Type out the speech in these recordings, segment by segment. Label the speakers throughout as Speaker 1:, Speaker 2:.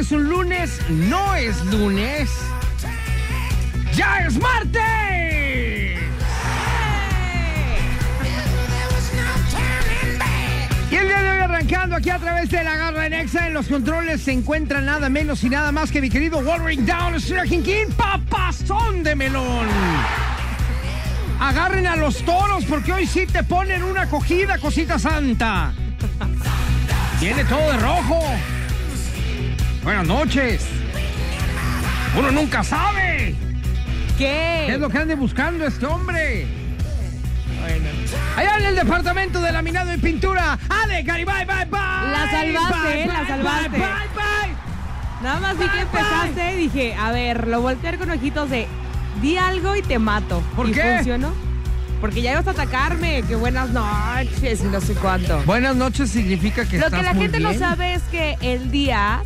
Speaker 1: no es lunes, ya es martes. Y el día de hoy arrancando aquí a través de la garra en Exa, en los controles se encuentra nada menos y nada más que mi querido Wolverine Down, King King, papazón de melón. Agarren a los toros porque hoy sí te ponen una cogida, cosita santa. Tiene todo de rojo. Buenas noches. Uno nunca sabe.
Speaker 2: ¿Qué?
Speaker 1: ¿Qué es lo que ande buscando este hombre? Bueno. Allá en el departamento de laminado y pintura. Ale, Gary, bye, bye, bye.
Speaker 2: La salvaste,
Speaker 1: bye,
Speaker 2: eh, la salvaste.
Speaker 1: Bye, bye, bye.
Speaker 2: Nada más vi que empezaste y dije, a ver, lo volteé con ojitos de di algo y te mato.
Speaker 1: ¿Por
Speaker 2: y
Speaker 1: qué?
Speaker 2: funcionó. Porque ya ibas a atacarme, que buenas noches y no sé cuánto.
Speaker 1: Buenas noches significa que
Speaker 2: lo
Speaker 1: estás
Speaker 2: que la
Speaker 1: muy
Speaker 2: gente no
Speaker 1: bien.
Speaker 2: sabe es que el día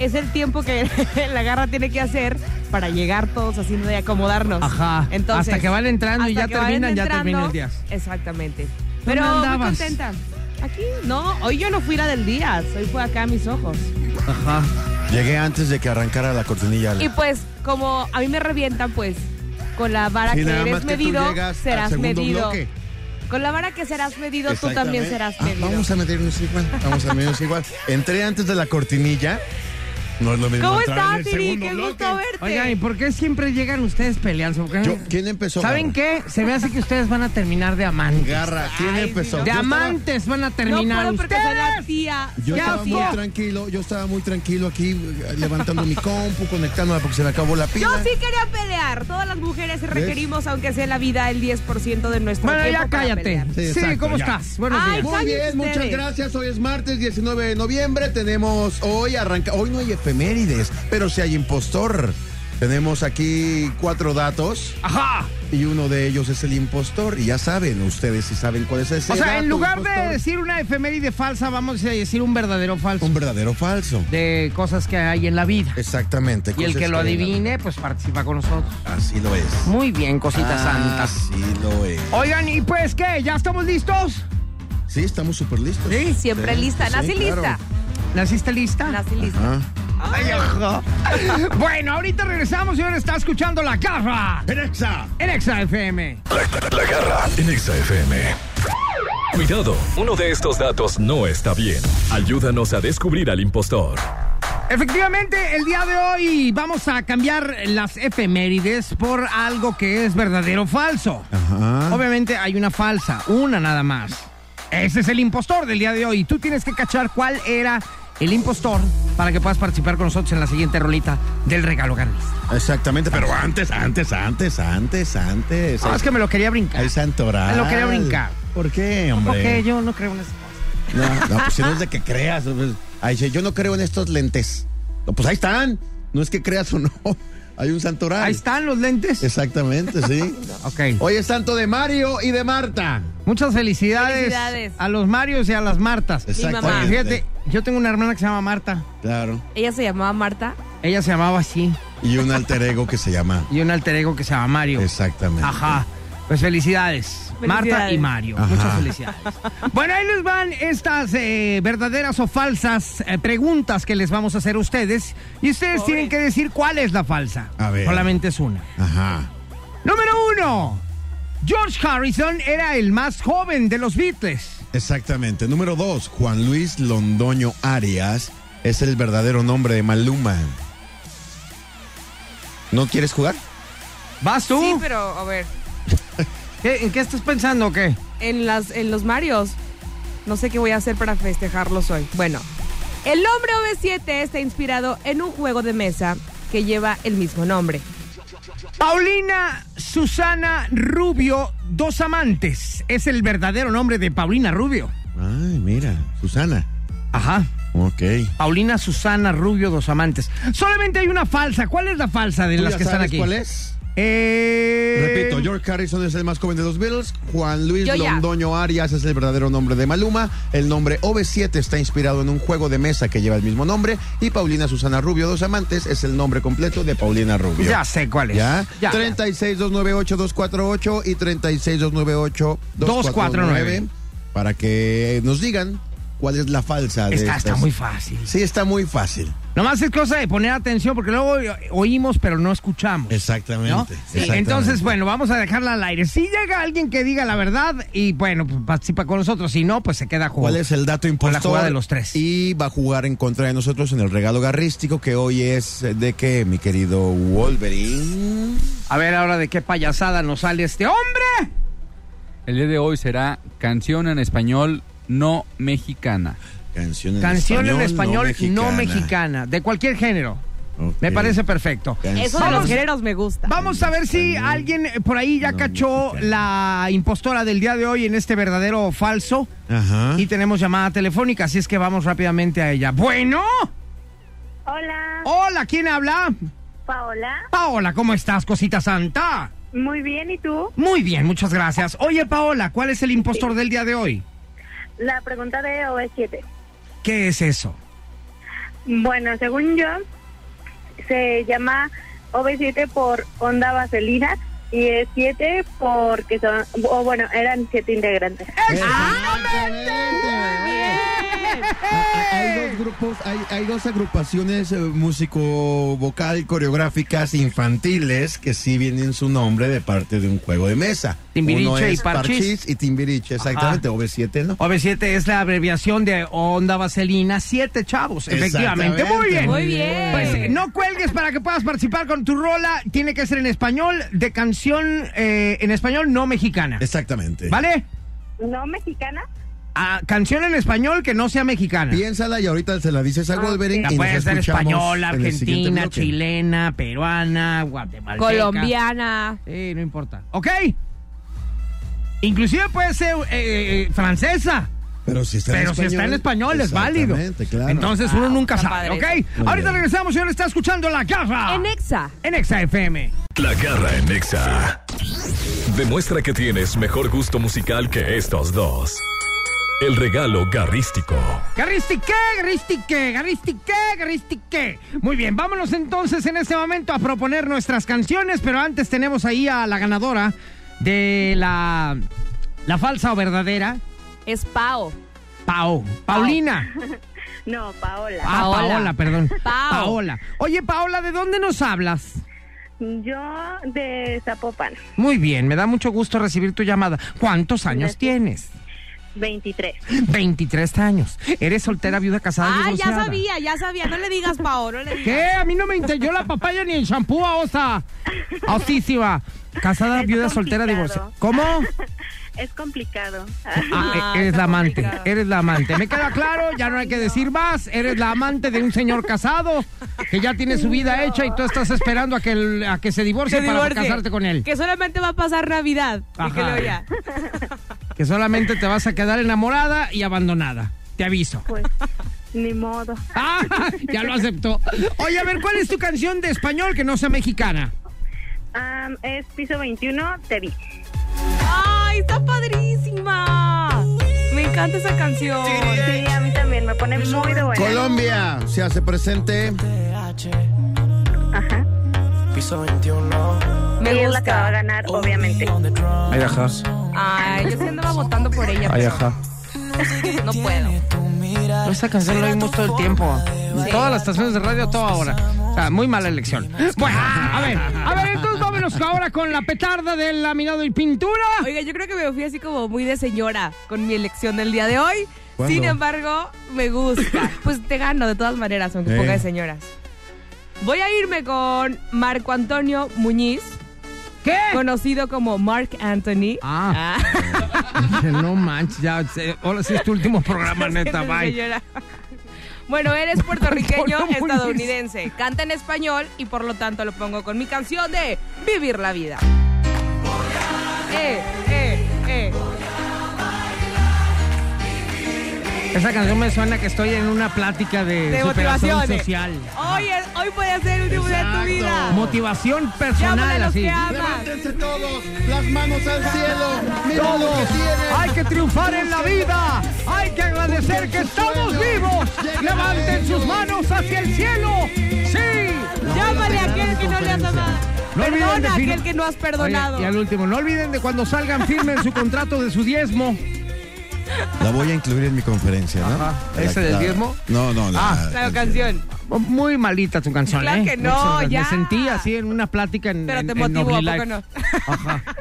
Speaker 2: es el tiempo que la garra tiene que hacer para llegar todos así, no de acomodarnos.
Speaker 1: Ajá.
Speaker 2: Entonces,
Speaker 1: Hasta que van entrando y
Speaker 2: hasta
Speaker 1: ya
Speaker 2: que vayan
Speaker 1: terminan, ya
Speaker 2: entrando.
Speaker 1: termina el día.
Speaker 2: Exactamente. Pero muy
Speaker 1: andabas?
Speaker 2: contenta. Aquí, no, hoy yo no fui la del día, hoy fue acá a mis ojos.
Speaker 1: Ajá.
Speaker 3: Llegué antes de que arrancara la cortinilla. Ale.
Speaker 2: Y pues, como a mí me revientan, pues, con la vara
Speaker 3: Sí,
Speaker 2: que
Speaker 3: nada
Speaker 2: eres
Speaker 3: más que tú
Speaker 2: medido,
Speaker 3: llegas al
Speaker 2: serás
Speaker 3: segundo
Speaker 2: medido.
Speaker 3: bloque.
Speaker 2: Con la vara que serás medido, tú también
Speaker 3: Exactamente.
Speaker 2: serás
Speaker 3: Ah,
Speaker 2: medido.
Speaker 3: Vamos a medirnos igual, vamos a medirnos igual. Entré antes de la cortinilla. No es lo mismo
Speaker 2: ¿Cómo
Speaker 3: entrar en
Speaker 2: estás,
Speaker 3: el
Speaker 2: Siri?
Speaker 3: segundo
Speaker 2: Qué
Speaker 3: bloque.
Speaker 2: gusto verte.
Speaker 1: Oigan, ¿y por qué siempre llegan ustedes peleando? ¿Por qué?
Speaker 3: Yo-
Speaker 2: Mm.
Speaker 3: ¿Quién empezó?
Speaker 1: ¿Saben
Speaker 3: Garra?
Speaker 1: qué? Se me hace que ustedes van a terminar de amantes.
Speaker 3: Garra, ¿quién
Speaker 2: Ay,
Speaker 3: empezó?
Speaker 2: sí,
Speaker 1: De
Speaker 3: Yo estaba-
Speaker 1: amantes van a terminar
Speaker 2: no puedo porque soy la
Speaker 1: ustedes.
Speaker 2: tía.
Speaker 3: Yo
Speaker 2: soy
Speaker 1: Ya
Speaker 3: estaba
Speaker 2: la
Speaker 3: muy
Speaker 2: tía.
Speaker 3: tranquilo, yo estaba muy tranquilo aquí eh, levantando mi compu, conectándola porque se me acabó la pila.
Speaker 2: Yo sí quería pelear. Todas las mujeres requerimos, aunque sea en la vida, el 10% de nuestro
Speaker 1: Bueno,
Speaker 2: tiempo
Speaker 1: ya
Speaker 2: para
Speaker 1: cállate.
Speaker 2: pelear.
Speaker 3: Sí,
Speaker 1: Sí,
Speaker 3: exacto,
Speaker 1: ¿cómo
Speaker 3: ya.
Speaker 1: estás? Buenos
Speaker 2: Ay,
Speaker 1: días.
Speaker 3: Muy bien,
Speaker 2: Cállense
Speaker 3: muchas
Speaker 2: ustedes.
Speaker 3: gracias. Hoy es martes 19 de noviembre. Tenemos hoy arranca. Hoy no hay efemérides, pero si hay impostor. Tenemos aquí cuatro datos
Speaker 1: Ajá.
Speaker 3: y uno de ellos es el impostor. Y ya saben, ustedes si saben cuál es ese.
Speaker 1: O sea, en
Speaker 3: dato
Speaker 1: lugar de
Speaker 3: impostor.
Speaker 1: decir una efeméride falsa, vamos a decir un verdadero falso
Speaker 3: un verdadero falso.
Speaker 1: de cosas que hay en la vida.
Speaker 3: Exactamente.
Speaker 1: Y el
Speaker 3: cosas
Speaker 1: que lo
Speaker 3: hay en la-
Speaker 1: adivine, pues participa con nosotros.
Speaker 3: Así lo es.
Speaker 1: Muy bien, cositas santas.
Speaker 3: Así lo es.
Speaker 1: Oigan, ¿y pues qué? ¿Ya estamos listos?
Speaker 3: Sí, estamos súper listos.
Speaker 1: Sí.
Speaker 2: Siempre lista.
Speaker 3: sí,
Speaker 2: Nací
Speaker 3: claro.
Speaker 2: lista.
Speaker 1: ¿Naciste lista?
Speaker 2: Nací lista.
Speaker 3: Ah.
Speaker 1: Ay, ojo. bueno, ahorita regresamos y ahora está escuchando La Garra
Speaker 3: Alexa.
Speaker 1: en Exa FM.
Speaker 4: La Garra en Nexa FM. Cuidado, uno de estos datos no está bien. Ayúdanos a descubrir al impostor.
Speaker 1: Efectivamente, el día de hoy vamos a cambiar las efemérides por algo que es verdadero o falso.
Speaker 3: Ajá.
Speaker 1: Obviamente hay una falsa, una nada más. Ese es el impostor del día de hoy. Tú tienes que cachar cuál era el impostor para que puedas participar con nosotros en la siguiente rolita del regalo Garnis.
Speaker 3: Exactamente, pero antes, antes, antes, antes, antes.
Speaker 1: Ah, es que me lo quería brincar.
Speaker 3: Ay, Santoral.
Speaker 1: Me lo quería brincar.
Speaker 3: ¿Por qué, hombre?
Speaker 1: Porque yo no creo en esas cosas.
Speaker 3: No, no, pues si no es de que creas. pues, ay, dice, yo no creo en estos lentes. No, pues ahí están. No es que creas o no. Hay un santoral.
Speaker 1: Ahí están los lentes.
Speaker 3: Exactamente, sí.
Speaker 1: Ok.
Speaker 3: Hoy es santo de Mario y de Marta.
Speaker 1: Muchas felicidades,
Speaker 2: Felicidades.
Speaker 1: a los Marios y a las Martas.
Speaker 2: Mi mamá.
Speaker 3: Exactamente.
Speaker 1: Fíjate, yo tengo una hermana que se llama Marta.
Speaker 3: Claro.
Speaker 2: Ella se llamaba Marta.
Speaker 1: Ella se llamaba así.
Speaker 3: Y un alter ego que se llama.
Speaker 1: Y un alter ego que se llama Mario.
Speaker 3: Exactamente.
Speaker 1: Ajá. Pues felicidades, Marta y
Speaker 2: Felicidades.
Speaker 1: Mario.
Speaker 3: Ajá.
Speaker 1: Muchas felicidades. Bueno, ahí les van estas eh, verdaderas o falsas eh, preguntas que les vamos a hacer a ustedes. Y ustedes
Speaker 2: Ay.
Speaker 1: tienen que decir cuál es la falsa.
Speaker 3: A ver.
Speaker 1: Solamente es una.
Speaker 3: Ajá.
Speaker 1: Número uno. George Harrison era el más joven de los Beatles.
Speaker 3: Exactamente. Número dos, Juan Luis Londoño Arias es el verdadero nombre de Maluma. ¿No quieres jugar?
Speaker 1: ¿Vas tú?
Speaker 2: Sí, pero a ver.
Speaker 1: ¿Qué- ¿En qué estás pensando o qué?
Speaker 2: En, las, en los Marios. No sé qué voy a hacer para festejarlos hoy. Bueno. El hombre OV7 está inspirado en un juego de mesa que lleva el mismo nombre.
Speaker 1: Paulina Susana Rubio Dos Amantes es el verdadero nombre de Paulina Rubio.
Speaker 3: Ay, mira, Susana.
Speaker 1: Ajá.
Speaker 3: Ok.
Speaker 1: Paulina Susana Rubio Dos Amantes. Solamente hay una falsa. ¿Cuál es la falsa de
Speaker 3: ¿Tú
Speaker 1: las
Speaker 3: ya
Speaker 1: que están
Speaker 3: sabes
Speaker 1: aquí?
Speaker 3: ¿Cuál es?
Speaker 1: Eh,
Speaker 3: Repito, George Harrison es el más joven de los Beatles. Juan Luis
Speaker 2: Yo ya.
Speaker 3: Londoño Arias es el verdadero nombre de Maluma. El nombre OV7 está inspirado en un juego de mesa que lleva el mismo nombre. Y Paulina Susana Rubio Dos Amantes es el nombre completo de Paulina Rubio.
Speaker 1: Ya sé cuál es.
Speaker 3: ¿Ya?
Speaker 1: Ya.
Speaker 3: 36-298-248 y 36-298-249.
Speaker 1: 249.
Speaker 3: Para que nos digan cuál es la falsa. de
Speaker 1: Está,
Speaker 3: estas.
Speaker 1: está muy fácil.
Speaker 3: Sí, está muy fácil.
Speaker 1: Nomás es cosa de poner atención porque luego oímos pero no escuchamos.
Speaker 3: Exactamente.
Speaker 1: ¿no? Entonces, bueno, vamos a dejarla al aire. Si llega alguien que diga la verdad y bueno, pues, participa con nosotros. Si no, pues se queda jugando.
Speaker 3: ¿Cuál es el dato
Speaker 1: Con la
Speaker 3: impostor?
Speaker 1: jugada de los tres.
Speaker 3: Y va a jugar en contra de nosotros en el regalo garrístico que hoy es eh, de que mi querido Wolverine.
Speaker 1: A ver ahora de qué payasada nos sale este hombre.
Speaker 5: El día de hoy será canción en español no mexicana.
Speaker 3: Canción en
Speaker 1: Canción en
Speaker 3: español,
Speaker 1: español no mexicana. de cualquier género.
Speaker 3: Ok.
Speaker 1: Me parece perfecto.
Speaker 3: Canción.
Speaker 2: Eso de
Speaker 1: Vamos.
Speaker 2: los géneros me gusta.
Speaker 1: Vamos a ver si
Speaker 3: Español.
Speaker 1: alguien eh, por ahí ya
Speaker 3: No
Speaker 1: cachó
Speaker 3: mexicana.
Speaker 1: la impostora del día de hoy en este verdadero o falso.
Speaker 3: Ajá.
Speaker 1: Y tenemos llamada telefónica, así es que vamos rápidamente a ella. Bueno,
Speaker 6: Hola,
Speaker 1: hola, ¿quién habla?
Speaker 6: Paola.
Speaker 1: Paola, ¿cómo estás, cosita santa?
Speaker 6: Muy bien, ¿y tú?
Speaker 1: Muy bien, muchas gracias. Oye, Paola, ¿cuál es el impostor del día de hoy?
Speaker 6: La pregunta de OV7.
Speaker 1: ¿Qué es eso?
Speaker 6: Bueno, según yo, se llama OV7 por onda vaselina y es 7 porque son, o bueno, eran 7 integrantes.
Speaker 3: Ah, Hay dos grupos, hay, hay dos agrupaciones eh, músico-vocal coreográficas infantiles que sí vienen su nombre de parte de un juego de mesa.
Speaker 1: Timbiriche
Speaker 3: Uno es
Speaker 1: y Parchís.
Speaker 3: y Timbiriche, exactamente, OV7, ¿no?
Speaker 1: OV7 es la abreviación de Onda Vaselina Siete Chavos, efectivamente. Muy bien.
Speaker 2: Muy bien.
Speaker 1: Pues eh, no cuelgues para que puedas participar con tu rola. Tiene que ser en español, de canción eh, en español no mexicana.
Speaker 3: Este. Exactamente.
Speaker 1: ¿Vale?
Speaker 6: ¿No mexicana?
Speaker 1: Ah, canción en español que no sea mexicana.
Speaker 3: Piénsala y ahorita se la dices a Wolverine.
Speaker 1: Ah, La
Speaker 3: y nos
Speaker 1: puede ser
Speaker 3: escuchamos
Speaker 1: española,
Speaker 3: en el siguiente
Speaker 1: argentina,
Speaker 3: bloque.
Speaker 1: chilena, peruana, guatemalteca.
Speaker 2: Colombiana.
Speaker 1: Sí, no importa. ¿Ok? Inclusive puede ser eh, eh, francesa.
Speaker 3: Pero si está en
Speaker 1: Pero si
Speaker 3: español.
Speaker 1: está en español es válido.
Speaker 3: Exactamente, claro.
Speaker 1: Entonces uno
Speaker 2: Ah,
Speaker 1: nunca
Speaker 2: está
Speaker 1: sabe,
Speaker 2: padre
Speaker 1: ¿ok? Ahorita
Speaker 3: bien.
Speaker 1: regresamos, señor. Está escuchando La Garra.
Speaker 2: En Exa.
Speaker 1: en Exa FM.
Speaker 4: La garra en Exa. Demuestra que tienes mejor gusto musical que estos dos. El regalo garrístico.
Speaker 1: Garristique, garristique, garristique, garristique. Muy bien, vámonos entonces en este momento a proponer nuestras canciones, pero antes tenemos ahí a la ganadora de la, la falsa o verdadera,
Speaker 2: Es Pao.
Speaker 1: Pao. Paulina.
Speaker 6: No, Paola.
Speaker 1: Ah, Paola,
Speaker 2: Paola,
Speaker 1: perdón.
Speaker 2: Pao.
Speaker 1: Paola. Oye, Paola, ¿de dónde nos hablas?
Speaker 6: Yo de Zapopan,
Speaker 1: Muy bien, me da mucho gusto recibir tu llamada. ¿Cuántos años
Speaker 6: Gracias.
Speaker 1: tienes?
Speaker 6: 23.
Speaker 1: 23 años. ¿Eres soltera, viuda, casada,
Speaker 2: Ah, ya
Speaker 1: divorciada?
Speaker 2: sabía, ya sabía. No le digas Pao, no le digas.
Speaker 1: ¿Qué? A mí no me intentó la papaya ni el shampoo Ah, a osa. Osísima. Casada,
Speaker 6: Es
Speaker 1: viuda, soltera,
Speaker 6: complicado.
Speaker 1: divorciada. ¿Cómo?
Speaker 6: Es complicado.
Speaker 1: Ah,
Speaker 2: Ah,
Speaker 1: e- eres
Speaker 2: está
Speaker 1: la amante,
Speaker 2: complicado.
Speaker 1: eres la amante. Me queda claro, ya no hay que decir más. Eres la amante de un señor casado que ya tiene su vida hecha y tú estás esperando a que, el- a que se divorcie
Speaker 2: Que
Speaker 1: para
Speaker 2: divorcie.
Speaker 1: casarte con él.
Speaker 2: Que solamente va a pasar Navidad. Y
Speaker 1: Ajá.
Speaker 2: que luego ya.
Speaker 1: Que solamente te vas a quedar enamorada y abandonada. Te aviso.
Speaker 6: Pues Ni modo.
Speaker 1: Ah, ya lo aceptó. Oye, a ver, ¿cuál es tu canción de español que no sea mexicana?
Speaker 6: Am, es piso 21, te vi.
Speaker 2: ¡Ay, está padrísima! Me encanta esa canción.
Speaker 6: Sí, a mí también, me pone muy de buena.
Speaker 3: Colombia se hace presente.
Speaker 6: Ajá.
Speaker 2: Me
Speaker 6: y es la que va a
Speaker 2: gusta.
Speaker 6: ganar, obviamente.
Speaker 7: Ay, ajá.
Speaker 2: Ay, yo sí andaba votando por ella, pues.
Speaker 7: Ay,
Speaker 2: pero
Speaker 7: ajá.
Speaker 2: no puedo.
Speaker 7: Esa canción la oímos todo el tiempo.
Speaker 1: Todas las estaciones de radio, toda hora.
Speaker 7: O sea, muy mala elección.
Speaker 1: Bueno, Pues, ah, a ver, a ver, entonces vámonos ahora con la petarda del laminado y pintura.
Speaker 2: Oiga, yo creo que me fui así como muy de señora con mi elección del día de hoy.
Speaker 3: ¿Cuándo?
Speaker 2: Sin embargo, me gusta. Pues te gano de todas maneras, aunque
Speaker 3: Eh.
Speaker 2: ponga de señoras. Voy a irme con Marco Antonio Muñiz,
Speaker 1: ¿Qué?
Speaker 2: conocido como Mark Anthony.
Speaker 1: Ah.
Speaker 2: Ah.
Speaker 1: No manches, ya. se- Ahora sí es tu último programa, neta,
Speaker 2: Esa
Speaker 1: bye.
Speaker 2: señora. Bueno, él es puertorriqueño
Speaker 1: Antonio Muñiz.
Speaker 2: estadounidense, canta en español y por lo tanto lo pongo con mi canción de Vivir la vida. Eh, eh, eh.
Speaker 1: Esa canción me suena que estoy en una plática de,
Speaker 2: de
Speaker 1: superación
Speaker 2: motivaciones.
Speaker 1: social.
Speaker 2: Hoy, es- hoy puede ser el último día de tu
Speaker 3: Exacto.
Speaker 2: vida.
Speaker 1: Motivación
Speaker 2: Llámale a
Speaker 1: personal,
Speaker 2: los
Speaker 1: así.
Speaker 2: que aman.
Speaker 3: Levántense todos, las manos al cielo. Mira lo que
Speaker 1: Todos,
Speaker 3: tienen.
Speaker 1: hay que triunfar en la vida, hay que agradecer que estamos vivos. Levanten sus manos hacia el cielo. Sí.
Speaker 2: Llámale a aquel que no le has amado.
Speaker 1: No olviden
Speaker 2: Perdona a
Speaker 1: decir-
Speaker 2: aquel que no has perdonado.
Speaker 1: Oigan, y al último, no olviden de cuando salgan firmen su contrato de su diezmo.
Speaker 3: La voy a incluir en mi conferencia, ¿no?
Speaker 1: Ajá.
Speaker 3: La-
Speaker 1: ¿Ese del
Speaker 3: la-
Speaker 1: diezmo?
Speaker 3: No, no, no.
Speaker 1: Ah,
Speaker 2: la canción.
Speaker 1: Oh, Muy malita tu canción,
Speaker 2: Claro
Speaker 1: ¿eh?
Speaker 2: que no,
Speaker 1: Muchas gracias.
Speaker 2: ya.
Speaker 1: Me sentí así en una plática en,
Speaker 2: Pero
Speaker 1: en-
Speaker 2: te
Speaker 1: en
Speaker 2: motivó, ¿a
Speaker 1: Ovni
Speaker 2: poco
Speaker 1: Life.
Speaker 2: no?
Speaker 1: Ajá.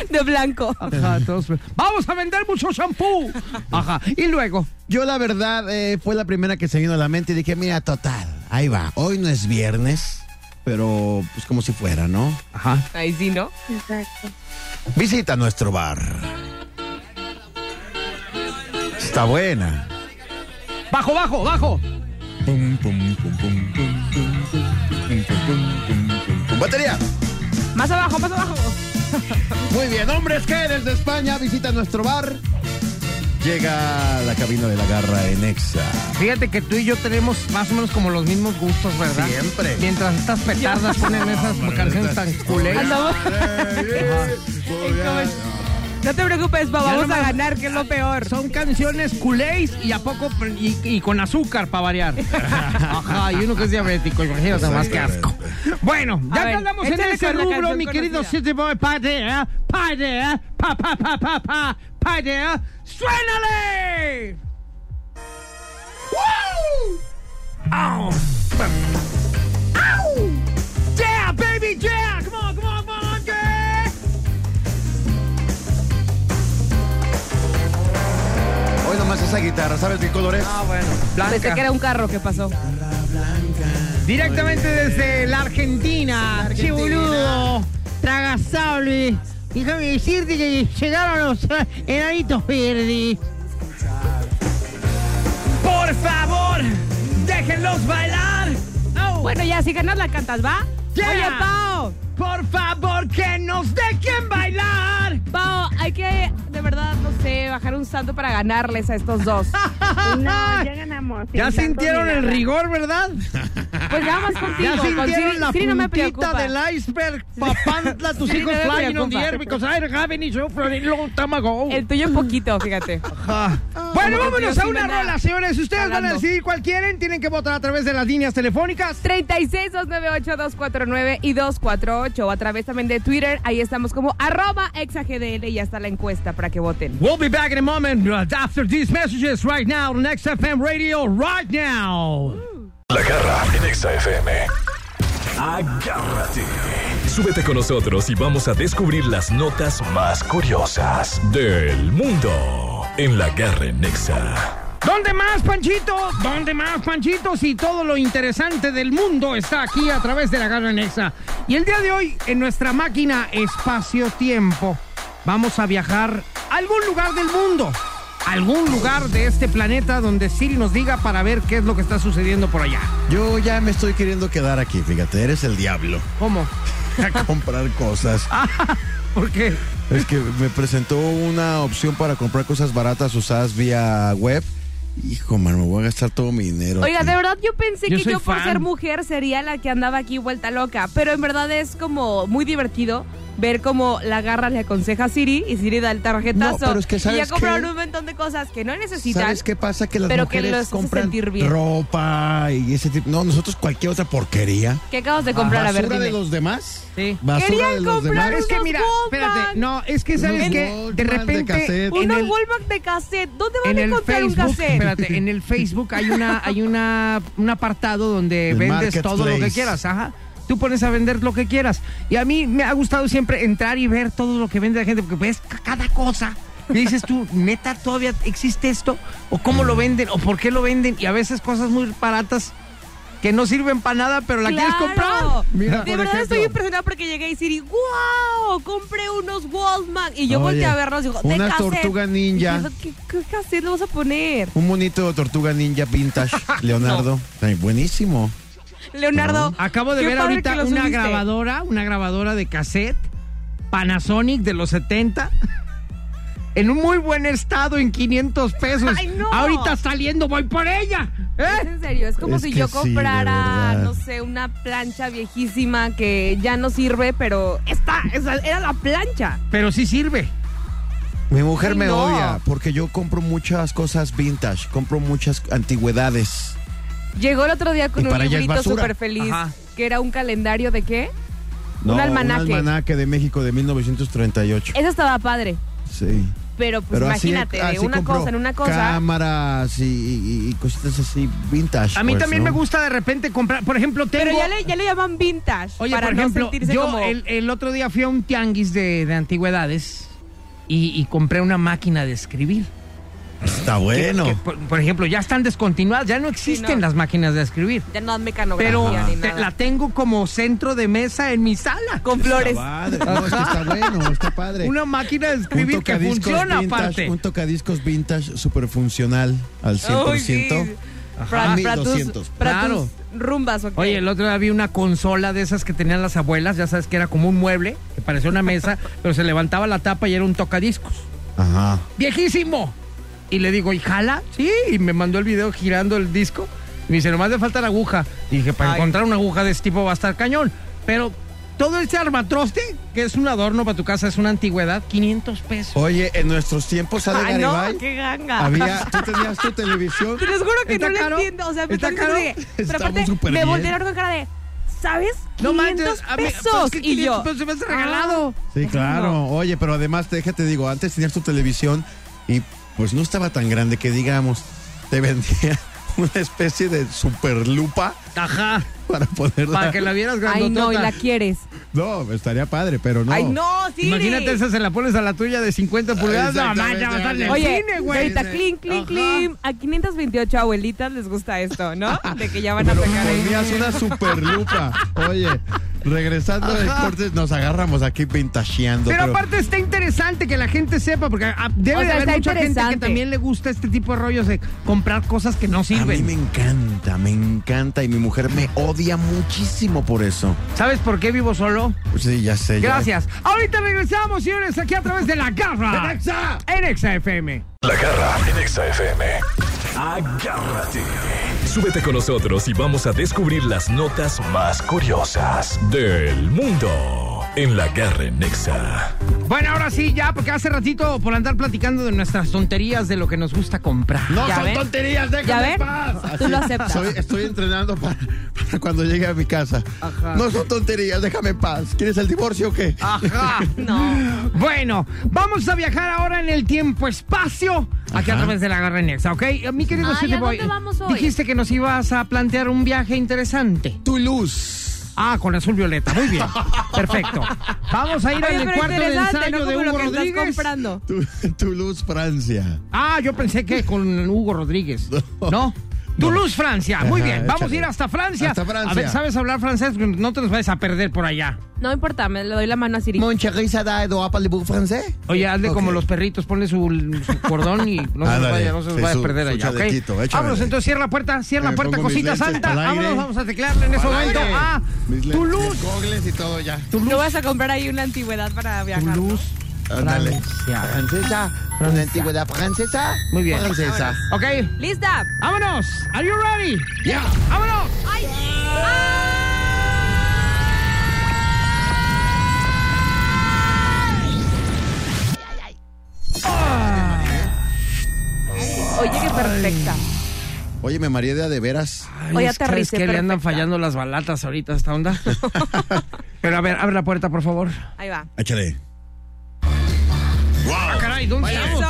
Speaker 1: Ah.
Speaker 2: De blanco.
Speaker 1: Ajá, todos- Vamos a vender mucho shampoo. Ajá. Y luego.
Speaker 3: Yo la verdad eh, fue la primera que se vino a la mente y dije, mira, total, ahí va. Hoy no es viernes, pero pues como si fuera, ¿no?
Speaker 1: Ajá.
Speaker 2: Ahí sí, ¿no?
Speaker 6: Exacto.
Speaker 3: Visita nuestro bar. Está buena.
Speaker 1: Bajo, bajo, bajo.
Speaker 3: Pum, pum, pum, pum, pum, pum, pum, pum, pum, pum, pum, pum. Batería.
Speaker 2: Más abajo, más abajo.
Speaker 3: Muy bien, hombres que desde España visitan nuestro bar. Llega a la cabina de la garra en Exa.
Speaker 1: Fíjate que tú y yo tenemos más o menos como los mismos gustos, ¿verdad?
Speaker 3: Siempre.
Speaker 1: Mientras estas petardas ponen esas canciones tan culeras.
Speaker 2: Andamos. No te preocupes, pa,
Speaker 1: Ya
Speaker 2: vamos a
Speaker 1: nomás-
Speaker 2: ganar, que es lo peor.
Speaker 1: Ah, Son canciones culés y a poco y, y con azúcar para variar. Ajá, y uno que es diabético, imagínate más que asco. Bueno,
Speaker 2: A
Speaker 1: ya que
Speaker 2: ver,
Speaker 1: andamos en
Speaker 2: échale
Speaker 1: ese
Speaker 2: con la
Speaker 1: rubro,
Speaker 2: canción
Speaker 1: mi querido
Speaker 2: conocida.
Speaker 1: City Boy, padea, padea, ¿eh? pa pa pa pa pa, padea, suénale. ¡Woo! ¡Au! ¡Au! Yeah, baby, yeah! Come on, come on, come on, yeah!
Speaker 3: Hoy nomás esa guitarra, ¿sabes qué color es?
Speaker 1: Ah, bueno.
Speaker 2: Pensé que era un carro que pasó.
Speaker 1: Directamente desde la Argentina. Che boludo. Tragasable. Déjame decirte que llegaron los eh, enanitos verdes. Por favor, déjenlos bailar. Oh,
Speaker 2: Bueno, ya, si ganas la cantas, ¿va?
Speaker 1: Ya.
Speaker 2: Oye, Pao.
Speaker 1: Por favor, que nos dejen bailar.
Speaker 2: Pao, hay que, de verdad, no sé, bajar un santo para ganarles a estos dos.
Speaker 6: No, ya ganamos. sin
Speaker 1: Ya
Speaker 6: tanto
Speaker 1: sintieron
Speaker 6: ni
Speaker 1: el
Speaker 6: nada.
Speaker 1: rigor, ¿verdad?
Speaker 2: Pues vamos contigo.
Speaker 1: Ya
Speaker 2: con Siri,
Speaker 1: sintieron la
Speaker 2: Siri no me
Speaker 1: puntita
Speaker 2: preocupa.
Speaker 1: del iceberg. Papantla, tus
Speaker 2: Siri
Speaker 1: hijos
Speaker 2: no me
Speaker 1: flying on the
Speaker 2: preocupa.
Speaker 1: air because I don't have any show for a long time ago.
Speaker 2: El tuyo un poquito, fíjate.
Speaker 1: Ajá. Bueno,
Speaker 2: Como que
Speaker 1: vámonos
Speaker 2: Dios
Speaker 1: a una
Speaker 2: manda
Speaker 1: rola, señores. Ustedes van a
Speaker 2: jalando.
Speaker 1: decidir cuál quieren. Tienen que votar a través de las líneas telefónicas.
Speaker 2: 36-298-249 y 248 o a través también de Twitter. Ahí estamos como arroba exagdl y ya está la encuesta para que voten.
Speaker 1: We'll be back in a moment uh, after these messages right now on XFM Radio right now.
Speaker 4: La garra en Exa FM. Agárrate. Súbete con nosotros y vamos a descubrir las notas más curiosas del mundo en la garra en Exa.
Speaker 1: ¿Dónde más, Panchito? ¿Dónde más, Panchito? Si todo lo interesante del mundo está aquí a través de la Garra Nexa. Y el día de hoy, en nuestra máquina espacio-tiempo, vamos a viajar a algún lugar del mundo. a Algún lugar de este planeta donde Siri nos diga para ver qué es lo que está sucediendo por allá.
Speaker 3: Yo ya me estoy queriendo quedar aquí, fíjate, eres el diablo.
Speaker 1: ¿Cómo?
Speaker 3: A comprar cosas.
Speaker 1: ¿Por qué?
Speaker 3: Es que me presentó una opción para comprar cosas baratas usadas vía web Hijo, mano, me voy a gastar todo mi dinero.
Speaker 2: Oiga,
Speaker 3: aquí.
Speaker 2: de verdad yo pensé
Speaker 7: Yo
Speaker 2: que
Speaker 7: soy
Speaker 2: yo por
Speaker 7: fan.
Speaker 2: ser mujer sería la que andaba aquí vuelta loca, pero en verdad es como muy divertido ver cómo la garra le aconseja a Siri y Siri da el tarjetazo
Speaker 3: No, pero es que
Speaker 2: y
Speaker 3: ¿sabes
Speaker 2: ya compraron
Speaker 3: qué?
Speaker 2: un montón de cosas que no necesitan.
Speaker 3: ¿Sabes qué pasa? Que las
Speaker 2: pero que
Speaker 3: mujeres
Speaker 2: los hace
Speaker 3: compran
Speaker 2: sentir bien.
Speaker 3: ropa y ese tipo. No, nosotros cualquier otra porquería.
Speaker 2: ¿Qué acabas de comprar? a ver,
Speaker 3: basura de
Speaker 2: dime.
Speaker 3: los demás.
Speaker 1: Sí.
Speaker 3: Basura
Speaker 2: Querían
Speaker 3: de los
Speaker 2: comprar
Speaker 3: demás.
Speaker 1: Es que
Speaker 2: Unos
Speaker 1: mira,
Speaker 2: Walkman.
Speaker 1: espérate, no, es que sabes
Speaker 3: Unos
Speaker 1: que
Speaker 3: Walkman
Speaker 1: de
Speaker 3: de
Speaker 1: repente
Speaker 3: cassette.
Speaker 1: en
Speaker 2: Unos
Speaker 1: el,
Speaker 2: Walmart de cassette. ¿Dónde van
Speaker 1: en
Speaker 2: a
Speaker 1: el
Speaker 2: encontrar un
Speaker 1: Facebook,
Speaker 2: cassette?
Speaker 1: espérate, en el Facebook hay una hay una un apartado donde
Speaker 3: El
Speaker 1: vendes todo lo que
Speaker 3: marketplace.
Speaker 1: quieras, ajá. Tú pones a vender lo que quieras. Y a mí me ha gustado siempre entrar y ver todo lo que vende la gente porque ves ca- cada cosa. Y dices tú, neta, todavía existe esto o cómo lo venden o por qué lo venden y a veces cosas muy baratas que no sirven para nada, pero la quieres
Speaker 2: Claro.
Speaker 1: comprar.
Speaker 3: Mira,
Speaker 2: de
Speaker 3: por
Speaker 2: verdad
Speaker 3: ejemplo.
Speaker 2: estoy impresionada porque llegué y Siri, ¡wow! Compré unos Walmart. Y yo
Speaker 3: Oye,
Speaker 2: volteé a verlos y digo, de
Speaker 3: una
Speaker 2: cassette.
Speaker 3: tortuga ninja.
Speaker 2: Y yo, ¿Qué, qué cassette le vas a poner?
Speaker 3: Un monito de tortuga ninja vintage, Leonardo. Ay, buenísimo.
Speaker 2: Leonardo.
Speaker 1: Acabo de
Speaker 2: qué
Speaker 1: ver
Speaker 2: padre
Speaker 1: ahorita
Speaker 2: que lo
Speaker 1: una
Speaker 2: subiste.
Speaker 1: grabadora, una grabadora de cassette Panasonic de los 70. En un muy buen estado, en 500 pesos.
Speaker 2: ¡Ay, no!
Speaker 1: Ahorita saliendo, voy por ella.
Speaker 2: Es
Speaker 1: ¿eh?
Speaker 2: en serio, es como
Speaker 3: Es
Speaker 2: si
Speaker 3: que
Speaker 2: yo
Speaker 3: sí, de
Speaker 2: comprara,
Speaker 3: verdad.
Speaker 2: no sé, una plancha viejísima que ya no sirve, pero esta esa era la plancha.
Speaker 1: Pero sí sirve.
Speaker 3: Mi mujer
Speaker 2: Ay,
Speaker 3: me
Speaker 2: no.
Speaker 3: odia porque yo compro muchas cosas vintage, compro muchas antigüedades.
Speaker 2: Llegó el otro día con
Speaker 3: Y
Speaker 2: un
Speaker 3: para ella es
Speaker 2: librito
Speaker 3: basura.
Speaker 2: súper feliz,
Speaker 1: Ajá.
Speaker 2: que era un calendario de qué?
Speaker 3: No,
Speaker 2: un almanaque.
Speaker 3: Un almanaque de México de 1938.
Speaker 2: Eso estaba padre,
Speaker 3: Sí.
Speaker 2: pero pues
Speaker 3: Pero así-
Speaker 2: imagínate,
Speaker 3: así
Speaker 2: de una
Speaker 3: compró
Speaker 2: cosa en una cosa.
Speaker 3: Cámaras y, y- y cositas así vintage.
Speaker 1: A mí
Speaker 3: pues,
Speaker 1: también
Speaker 3: ¿no?
Speaker 1: me gusta de repente comprar. Por ejemplo, tengo.
Speaker 2: Pero ya le, ya le llaman vintage
Speaker 1: Oye,
Speaker 2: para
Speaker 1: por
Speaker 2: no
Speaker 1: ejemplo,
Speaker 2: sentirse
Speaker 1: yo
Speaker 2: como...
Speaker 1: el, el otro día fui a un tianguis de, de antigüedades y, y compré una máquina de escribir.
Speaker 3: Está
Speaker 1: Que-
Speaker 3: bueno.
Speaker 1: que, por, por ejemplo, ya están descontinuadas, ya no existen
Speaker 2: no.
Speaker 1: las máquinas de escribir.
Speaker 2: Ya no dan mecanografía
Speaker 1: pero
Speaker 2: ni
Speaker 1: te-
Speaker 2: nada.
Speaker 1: la tengo como centro de mesa en mi sala.
Speaker 2: Con flores.
Speaker 3: Padre. No, es que está bueno, está padre.
Speaker 1: Una máquina de
Speaker 3: Un
Speaker 1: escribir que
Speaker 3: tocadiscos
Speaker 1: funciona
Speaker 3: vintage,
Speaker 1: aparte.
Speaker 3: Un tocadiscos vintage super funcional al 100%.
Speaker 2: Uy, sí. Para, para tus,
Speaker 3: 1200.
Speaker 2: para
Speaker 1: Claro.
Speaker 2: tus rumbas, ¿ok?
Speaker 1: Oye, el otro día vi una consola de esas que tenían las abuelas, ya sabes que era como un mueble, que parecía una mesa, pero se levantaba la tapa y era un tocadiscos.
Speaker 3: Ajá.
Speaker 1: ¡Viejísimo! Y le digo, ¿y jala? Sí, y me mandó el video girando el disco. Y me dice, nomás le falta la aguja. Y dije, para
Speaker 2: Ay.
Speaker 1: encontrar una aguja de este tipo va a estar cañón. Pero todo ese armatroste, que es un adorno para tu casa, es una antigüedad, 500 pesos.
Speaker 3: Oye, en nuestros tiempos, Ale
Speaker 2: Ay,
Speaker 3: Garibay,
Speaker 2: Ah, no, qué ganga.
Speaker 3: había, tú tenías tu televisión.
Speaker 2: Te les juro que
Speaker 1: ¿Está
Speaker 2: no lo
Speaker 1: caro?
Speaker 2: entiendo. O sea, me
Speaker 3: ¿Está
Speaker 2: están diciendo que-
Speaker 3: caro?
Speaker 2: Pero
Speaker 3: Estamos
Speaker 2: aparte,
Speaker 3: súper
Speaker 2: me
Speaker 3: bien.
Speaker 2: voltearon con cara de, ¿sabes? 500
Speaker 1: a mí-
Speaker 2: pesos.
Speaker 1: pues, que
Speaker 2: y
Speaker 1: 500
Speaker 2: yo. "Ah,
Speaker 1: pesos se me hace regalado.
Speaker 3: Sí, claro. Oye, pero además, déjate, digo, antes tenías tu televisión y pues no estaba tan grande que digamos, te vendía una especie de super lupa
Speaker 1: Ajá.
Speaker 3: para ponerla.
Speaker 1: Para que la vieras grandotota.
Speaker 2: Ay, no, y la quieres.
Speaker 3: No, estaría padre, pero no.
Speaker 2: Ay, no, Siri.
Speaker 1: Imagínate esa se la pones a la tuya de 50 pulgadas. No,
Speaker 3: Exactamente,
Speaker 1: man, ya va a estar en el
Speaker 2: Oye,
Speaker 1: cine, güey.
Speaker 2: ahorita, clink, clink,
Speaker 1: Ajá.
Speaker 2: clink. A 528 abuelitas les gusta esto, ¿no? De que ya van a
Speaker 3: Pero
Speaker 2: pecar ahí.
Speaker 3: ponías una super lupa. Oye, regresando de cortes, nos agarramos aquí pintacheando.
Speaker 1: Pero aparte está interesante que la gente sepa, porque ah, debe
Speaker 2: O
Speaker 1: de
Speaker 2: sea, está
Speaker 1: haber mucha gente que
Speaker 2: interesante.
Speaker 1: también le gusta este tipo de rollos de comprar cosas que no
Speaker 3: a mí
Speaker 1: sirven.
Speaker 3: me encanta, me encanta y mi mujer me odia muchísimo por eso.
Speaker 1: ¿Sabes por qué vivo solo?
Speaker 3: Pues sí, ya sé. ya.
Speaker 1: Gracias. Ahorita regresamos, señores, aquí a través de la garra. En Exa. FM.
Speaker 4: La garra en Exa FM. Agárrate. Súbete con nosotros y vamos a descubrir las notas más curiosas del mundo en la garra en Exa.
Speaker 1: Bueno, ahora sí, ya, porque hace ratito por andar platicando de nuestras tonterías, de lo que nos gusta comprar.
Speaker 3: No
Speaker 2: ¿Ya
Speaker 3: son
Speaker 2: ven?
Speaker 3: tonterías, déjame
Speaker 2: ¿Ya
Speaker 3: en
Speaker 2: ven?
Speaker 3: paz.
Speaker 2: Tú lo aceptas.
Speaker 3: Soy- estoy entrenando para, para cuando llegue a mi casa. No son tonterías, déjame en paz. ¿Quieres el divorcio o qué?
Speaker 1: Ajá.
Speaker 2: No.
Speaker 1: Bueno, vamos a viajar ahora en el tiempo-espacio. Aquí a
Speaker 3: Ajá.
Speaker 1: través de la garra en Exa, ¿ok? Eh, Mi querido
Speaker 2: Ay,
Speaker 1: City
Speaker 2: ¿a
Speaker 1: Boy,
Speaker 2: dónde vamos hoy?
Speaker 1: dijiste que nos ibas a plantear un viaje interesante.
Speaker 3: Toulouse.
Speaker 1: Ah, con azul violeta, muy bien. Perfecto. Vamos a ir
Speaker 2: Oye,
Speaker 1: al
Speaker 2: pero
Speaker 1: cuarto de
Speaker 2: interesante,
Speaker 1: ensayo
Speaker 2: ¿no?
Speaker 1: de
Speaker 2: Como lo
Speaker 1: Hugo
Speaker 2: que estás
Speaker 1: Rodríguez.
Speaker 2: comprando.
Speaker 3: Tu- Toulouse, Francia.
Speaker 1: Ah, yo pensé que con Hugo Rodríguez. No.
Speaker 3: No.
Speaker 1: Toulouse, Francia. Muy
Speaker 3: Ajá,
Speaker 1: bien. Vamos
Speaker 3: échale.
Speaker 1: a ir hasta Francia.
Speaker 3: Hasta Francia.
Speaker 1: A ver, ¿sabes hablar francés? No te los vayas a perder por allá.
Speaker 2: No importa, me le doy la mano a Siri.
Speaker 3: Moncherry Sadado, Apalibur francés.
Speaker 1: Oye, hazle
Speaker 3: Ok.
Speaker 1: como los perritos, ponle su, su cordón y no se los
Speaker 3: Ándale,
Speaker 1: vaya, no se los
Speaker 3: sí,
Speaker 1: vaya a
Speaker 3: su-
Speaker 1: perder
Speaker 3: su
Speaker 1: allá, ¿ok?
Speaker 3: chalequito, échamele.
Speaker 1: Vámonos, entonces cierra la puerta, cierra la
Speaker 3: Me
Speaker 1: puerta,
Speaker 3: pongo mis
Speaker 1: cosita
Speaker 3: lentes
Speaker 1: santa.
Speaker 3: pa'l aire.
Speaker 1: Vámonos, vamos a teclarle en ese
Speaker 3: Al
Speaker 1: momento
Speaker 3: aire.
Speaker 1: a
Speaker 3: Mis lentes,
Speaker 1: Toulouse.
Speaker 3: mis gogles y todo ya.
Speaker 2: No vas a comprar ahí una antigüedad para viajar. ¿no?
Speaker 1: Toulouse,
Speaker 3: Ándale.
Speaker 7: Francia.
Speaker 8: Francesa. Una antigüedad francesa.
Speaker 7: Muy bien.
Speaker 8: Francesa.
Speaker 1: Ok,
Speaker 2: ¿Lista?
Speaker 1: vámonos. Are you ready?
Speaker 8: Ya.
Speaker 1: ¡Vámonos!
Speaker 2: ¡Ay! ¡Ay! Oye, qué perfecta.
Speaker 3: Oye, me mareé de a de veras.
Speaker 7: Ay,
Speaker 2: Oye,
Speaker 7: es que,
Speaker 2: aterrice,
Speaker 7: ¿sabes qué? le andan
Speaker 2: perfecta.
Speaker 7: fallando las balatas ahorita a esta onda. Pero a ver, abre la puerta, por favor.
Speaker 2: Ahí va.
Speaker 3: Échale.
Speaker 1: ¡Ah, caray! ¿Dónde estamos?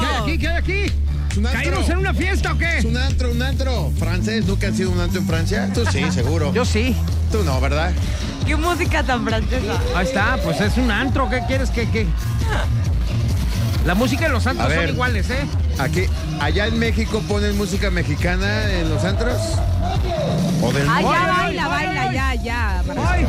Speaker 1: ¿Qué hay aquí? ¿Qué hay aquí?
Speaker 3: Es un antro.
Speaker 2: ¿eh?
Speaker 1: ¿Caímos en una fiesta o
Speaker 3: Es
Speaker 1: qué?
Speaker 3: un antro, un antro. Francés, ¿nunca han sido un antro en Francia? Tú sí, seguro.
Speaker 1: Yo sí.
Speaker 3: Tú no, ¿verdad?
Speaker 2: ¡Qué música tan francesa!
Speaker 1: Ahí está, pues es un antro. ¿Qué quieres que.? que... La música en los
Speaker 3: A
Speaker 1: antros son
Speaker 3: ver.
Speaker 1: iguales, ¿eh?
Speaker 3: Aquí, allá en México ponen música mexicana en los antros. O del
Speaker 2: ¡Ay, Ah, ya
Speaker 1: Ay,
Speaker 2: baila,
Speaker 1: ay,
Speaker 2: baila!
Speaker 1: ay.
Speaker 2: ¡Ya, ya!
Speaker 1: ¡Ay!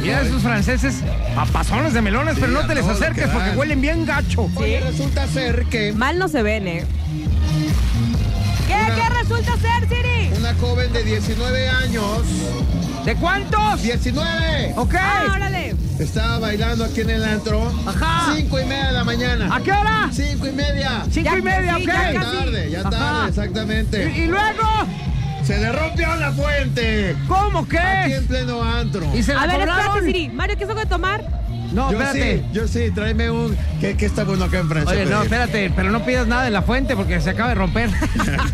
Speaker 1: Mira esos franceses papazones de melones, pero no
Speaker 3: a
Speaker 1: te les
Speaker 3: todo lo que
Speaker 1: acerques
Speaker 3: dan.
Speaker 1: porque huelen bien gacho.
Speaker 3: Oye, resulta ser que
Speaker 2: Mal no se ven, ¿eh? ¿Qué, ¿Qué resulta ser, Siri?
Speaker 3: una joven de 19 años,
Speaker 1: ¿De cuántos?
Speaker 3: ¡19!
Speaker 1: Ok.
Speaker 2: ¡Ah, órale!
Speaker 3: Estaba bailando aquí en el antro.
Speaker 1: Ajá. Ah.
Speaker 3: Cinco y media de la mañana.
Speaker 1: ¿A qué hora?
Speaker 3: Cinco y media.
Speaker 1: Cinco
Speaker 2: Ya
Speaker 1: y media,
Speaker 2: casi,
Speaker 1: ok.
Speaker 2: ya
Speaker 3: Ya
Speaker 2: casi.
Speaker 3: tarde, ya
Speaker 1: Ajá.
Speaker 3: tarde, exactamente.
Speaker 1: Y, y luego,
Speaker 3: Se le rompió la fuente.
Speaker 1: ¿cómo
Speaker 3: Aquí en
Speaker 1: que?
Speaker 3: pleno antro.
Speaker 1: ¿Y se la
Speaker 2: A ver, espérate,
Speaker 1: cobraron?
Speaker 2: Siri. Mario, ¿qué es eso de tomar?
Speaker 1: No,
Speaker 3: yo
Speaker 1: espérate.
Speaker 3: sí, yo sí, tráeme un. ¿Qué, qué está bueno acá en Francia?
Speaker 1: Oye, no,
Speaker 3: pedir?
Speaker 1: espérate, pero no pidas nada de la fuente porque se acaba de romper. Ah.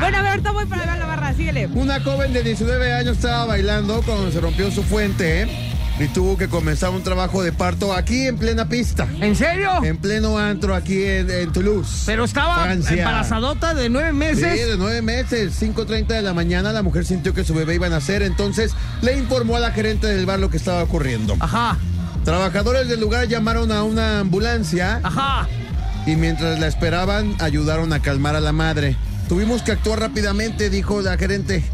Speaker 2: Bueno, a ver, ahorita voy para ver la barra. Síguele.
Speaker 3: Una joven de 19 años estaba bailando cuando se rompió su fuente ¿eh? y tuvo que comenzar un trabajo de parto aquí en plena pista.
Speaker 1: ¿En serio?
Speaker 3: En pleno antro aquí en, en Toulouse.
Speaker 1: Pero estaba
Speaker 3: Francia.
Speaker 1: embarazadota de nueve meses.
Speaker 3: Sí, de nueve meses, 5.30 de la mañana, la mujer sintió que su bebé iba a nacer, entonces le informó a la gerente del bar lo que estaba ocurriendo.
Speaker 1: Ajá,
Speaker 3: Trabajadores del lugar llamaron a una ambulancia
Speaker 1: ajá.
Speaker 3: y mientras la esperaban ayudaron a calmar a la madre. Tuvimos que actuar rápidamente, dijo la gerente.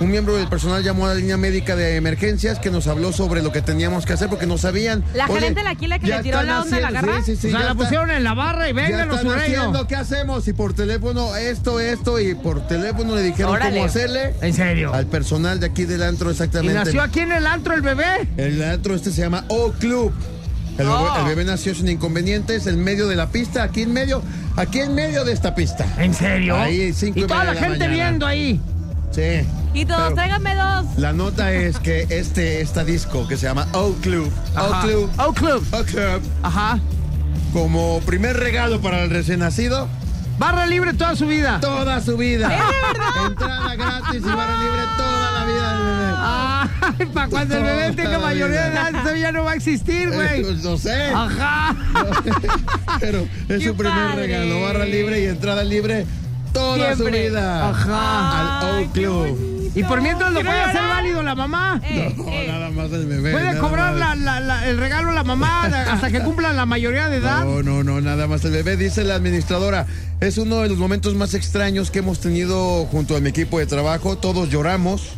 Speaker 3: Un miembro del personal llamó a la línea médica de emergencias que nos habló sobre lo que teníamos que hacer porque no sabían.
Speaker 2: La gerente de aquí, la que
Speaker 3: ya
Speaker 2: le tiró
Speaker 3: están
Speaker 2: la onda a la
Speaker 3: haciendo-
Speaker 2: garra.
Speaker 3: Sí, sí, sí,
Speaker 1: o sea,
Speaker 3: ya
Speaker 1: la
Speaker 3: está-
Speaker 1: pusieron en la barra y
Speaker 3: ya
Speaker 1: vengan los
Speaker 3: están
Speaker 1: sureños.
Speaker 3: haciendo, ¿qué hacemos? Y por teléfono esto, esto, y por teléfono le dijeron
Speaker 2: Órale.
Speaker 3: cómo hacerle
Speaker 1: En serio.
Speaker 3: al personal de aquí del antro
Speaker 1: Y
Speaker 3: exactamente.
Speaker 1: nació aquí en el antro el bebé.
Speaker 3: El antro este se llama O Club. El,
Speaker 2: Oh.
Speaker 3: bebé, el bebé nació sin inconvenientes en medio de la pista, aquí en medio, aquí en medio de esta pista.
Speaker 1: ¿En serio?
Speaker 3: Ahí, cinco
Speaker 1: y
Speaker 3: y
Speaker 1: toda la,
Speaker 3: media de la
Speaker 1: gente
Speaker 3: mañana.
Speaker 1: viendo ahí.
Speaker 3: Sí.
Speaker 2: Y todos,
Speaker 3: Pero
Speaker 2: tráiganme dos.
Speaker 3: La nota es que este esta disco que se llama O Club, O
Speaker 1: Ajá.
Speaker 3: Club,
Speaker 1: O Club.
Speaker 3: O Club,
Speaker 1: Ajá.
Speaker 3: como primer regalo para el recién nacido,
Speaker 1: Barra libre toda su vida.
Speaker 3: toda su vida. Entrada gratis y barra libre toda la vida
Speaker 1: Ay, para cuando el bebé
Speaker 3: Toda
Speaker 1: tenga
Speaker 3: la
Speaker 1: mayoría de
Speaker 3: vida.
Speaker 1: edad, eso ya no va a existir,
Speaker 3: del bebé. Eh, pues,
Speaker 1: güey.
Speaker 3: No sé.
Speaker 1: Ajá.
Speaker 3: Pero es
Speaker 2: Ah, ¡Qué
Speaker 3: su primer
Speaker 2: padre!
Speaker 3: regalo, barra libre y entrada libre toda su
Speaker 2: Siempre.
Speaker 3: vida.
Speaker 1: Ajá.
Speaker 3: Al
Speaker 2: Ay,
Speaker 3: O
Speaker 2: qué
Speaker 3: Club.
Speaker 2: bonito.
Speaker 1: Y por mientras lo
Speaker 2: Quiero
Speaker 1: puede hacer
Speaker 2: llorar.
Speaker 1: válido la mamá.
Speaker 2: Eh,
Speaker 3: No,
Speaker 2: eh.
Speaker 3: nada más el bebé.
Speaker 1: Puede
Speaker 3: nada
Speaker 1: cobrar la-
Speaker 3: más.
Speaker 1: la- la- el regalo la mamá la- hasta que cumpla la mayoría de edad.
Speaker 3: No, no, no, nada más el bebé, dice la administradora. Es uno de los momentos más extraños que hemos tenido junto a mi equipo de trabajo. Todos lloramos.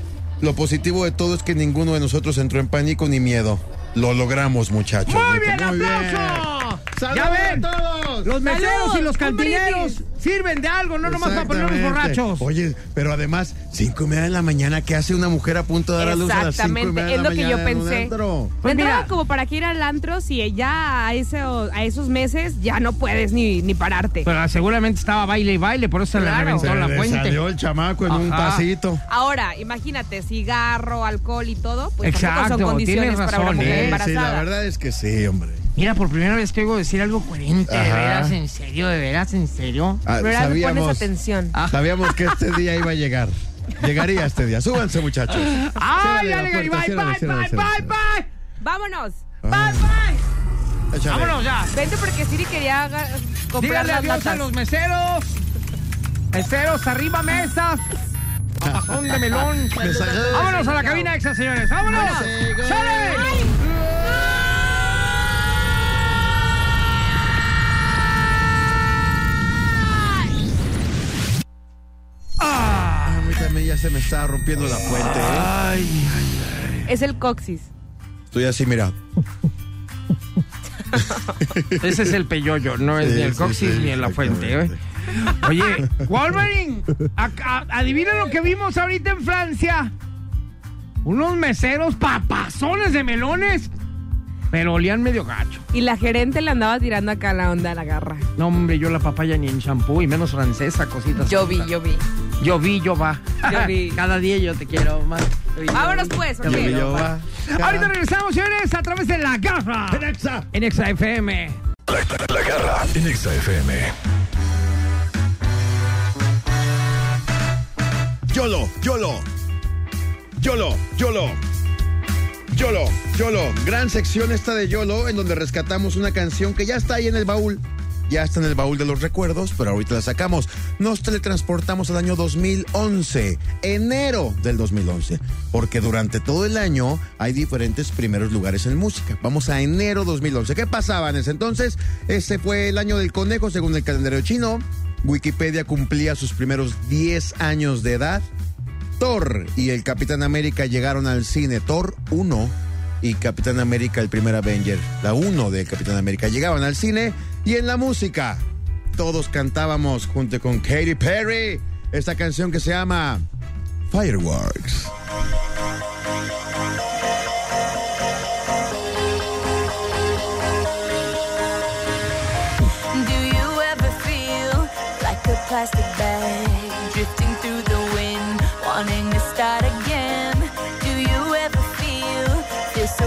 Speaker 3: Lo positivo de todo es que ninguno de nosotros entró en pánico ni miedo. Lo logramos, muchachos.
Speaker 1: ¡Muy
Speaker 3: Dijo,
Speaker 1: bien, aplauso!
Speaker 3: ¡Saludos
Speaker 1: Ya ven,
Speaker 3: a todos!
Speaker 1: los meseros
Speaker 2: ¡Salud!
Speaker 1: y los
Speaker 2: ¡Un
Speaker 1: cantineros sirven de algo, no nomás para ponernos
Speaker 3: Exactamente.
Speaker 1: borrachos.
Speaker 3: Oye, pero además, cinco y media de la mañana, ¿qué hace una mujer a punto de dar a luz a las cinco y
Speaker 2: Exactamente,
Speaker 3: media de
Speaker 2: es
Speaker 3: la
Speaker 2: lo que yo
Speaker 3: mañana en un
Speaker 2: pensé.
Speaker 3: antro?
Speaker 2: De
Speaker 1: Pues
Speaker 2: entrada,
Speaker 1: mira.
Speaker 2: como para que ir al antro, si ya a, ese, a esos meses ya no puedes ni, ni pararte.
Speaker 1: Pero ah, seguramente estaba baile y baile, por eso se le
Speaker 2: Claro.
Speaker 1: reventó
Speaker 3: Se
Speaker 1: la
Speaker 3: le
Speaker 1: fuente.
Speaker 3: salió el chamaco en un
Speaker 1: Ajá.
Speaker 3: pasito.
Speaker 2: Ahora, imagínate, cigarro, alcohol y todo, pues
Speaker 1: Exacto,
Speaker 2: tampoco son condiciones
Speaker 1: tienes
Speaker 2: para
Speaker 1: razón,
Speaker 2: una mujer
Speaker 1: eh,
Speaker 3: sí, la
Speaker 2: embarazada.
Speaker 3: verdad es que sí, hombre.
Speaker 7: Mira, por primera vez te oigo decir algo coherente. ¿De
Speaker 3: Ajá.
Speaker 7: veras? ¿En serio? ¿De veras? ¿En serio?
Speaker 3: Ah,
Speaker 2: Pero ahora le pones atención.
Speaker 3: sabíamos que este día iba a llegar. Llegaría este día. Súbanse, muchachos.
Speaker 1: ¡Ay,
Speaker 3: Ciérrale la
Speaker 1: Ale, Gary,
Speaker 3: puerta,
Speaker 1: bye,
Speaker 3: ciérrale,
Speaker 1: bye,
Speaker 3: ciérrale,
Speaker 1: bye, bye,
Speaker 3: ciérrale.
Speaker 1: bye!
Speaker 2: Vámonos.
Speaker 3: Ah.
Speaker 2: Bye, bye.
Speaker 3: Échale.
Speaker 1: Vámonos ya.
Speaker 2: Vente porque Siri quería aga- comprar
Speaker 1: Díganle
Speaker 2: las
Speaker 1: adiós a
Speaker 2: latas.
Speaker 1: los meseros. Meseros, arriba mesas. Papajón de melón.
Speaker 3: Desagradece.
Speaker 1: Vámonos a la cabina exa, señores. ¡Vámonos!
Speaker 3: Vámonos.
Speaker 1: ¡Sale!
Speaker 3: A mí Ah, también ya se me estaba rompiendo la fuente. ¿eh?
Speaker 2: Es el coxis.
Speaker 3: Estoy así, mira.
Speaker 7: Ese es el peyoyo, no es
Speaker 1: Pues
Speaker 3: Sí,
Speaker 7: ni el
Speaker 3: sí,
Speaker 7: coxis
Speaker 3: sí,
Speaker 7: ni en la fuente. ¿eh? Oye,
Speaker 1: Wolverine, a- a- adivina lo que vimos ahorita en Francia. Unos meseros papazones de melones
Speaker 7: Pero olían medio gacho.
Speaker 2: Y la gerente le andaba tirando acá la onda a la garra.
Speaker 7: No, hombre, yo la papaya ni en champú y menos francesa, cositas.
Speaker 2: Yo
Speaker 7: así.
Speaker 2: vi, yo vi.
Speaker 7: Yo vi, yo va.
Speaker 2: Yo vi.
Speaker 7: Cada día yo te quiero más. Yo vi, yo
Speaker 2: Vámonos
Speaker 7: vi.
Speaker 2: pues,
Speaker 3: Yo,
Speaker 2: ok.
Speaker 3: yo, va.
Speaker 7: Ahorita regresamos, señores, a través de la garra.
Speaker 3: Exa.
Speaker 7: En Exa FM.
Speaker 4: La, la- la garra en Exa FM.
Speaker 3: Yolo, Yolo. Yolo, Yolo. Yolo, Yolo. Gran sección esta de Yolo en donde rescatamos una canción que ya está ahí en el baúl. Ya está en el baúl de los recuerdos, pero ahorita la sacamos. Nos teletransportamos al año 2011, enero del 2011, porque durante todo el año hay diferentes primeros lugares en música. Vamos a enero 2011. ¿Qué pasaba en ese entonces? Ese fue el año del conejo según el calendario chino. Wikipedia cumplía sus primeros 10 años de edad. Thor y el Capitán América llegaron al cine. Thor 1 y Capitán América, el primer Avenger. La 1 del Capitán América. Llegaban al cine y en la música. Todos cantábamos junto con Katy Perry esta canción que se llama Fireworks.
Speaker 9: Do you ever feel like a plastic bag drifting through the wind, wanting to start again? Do you ever feel this so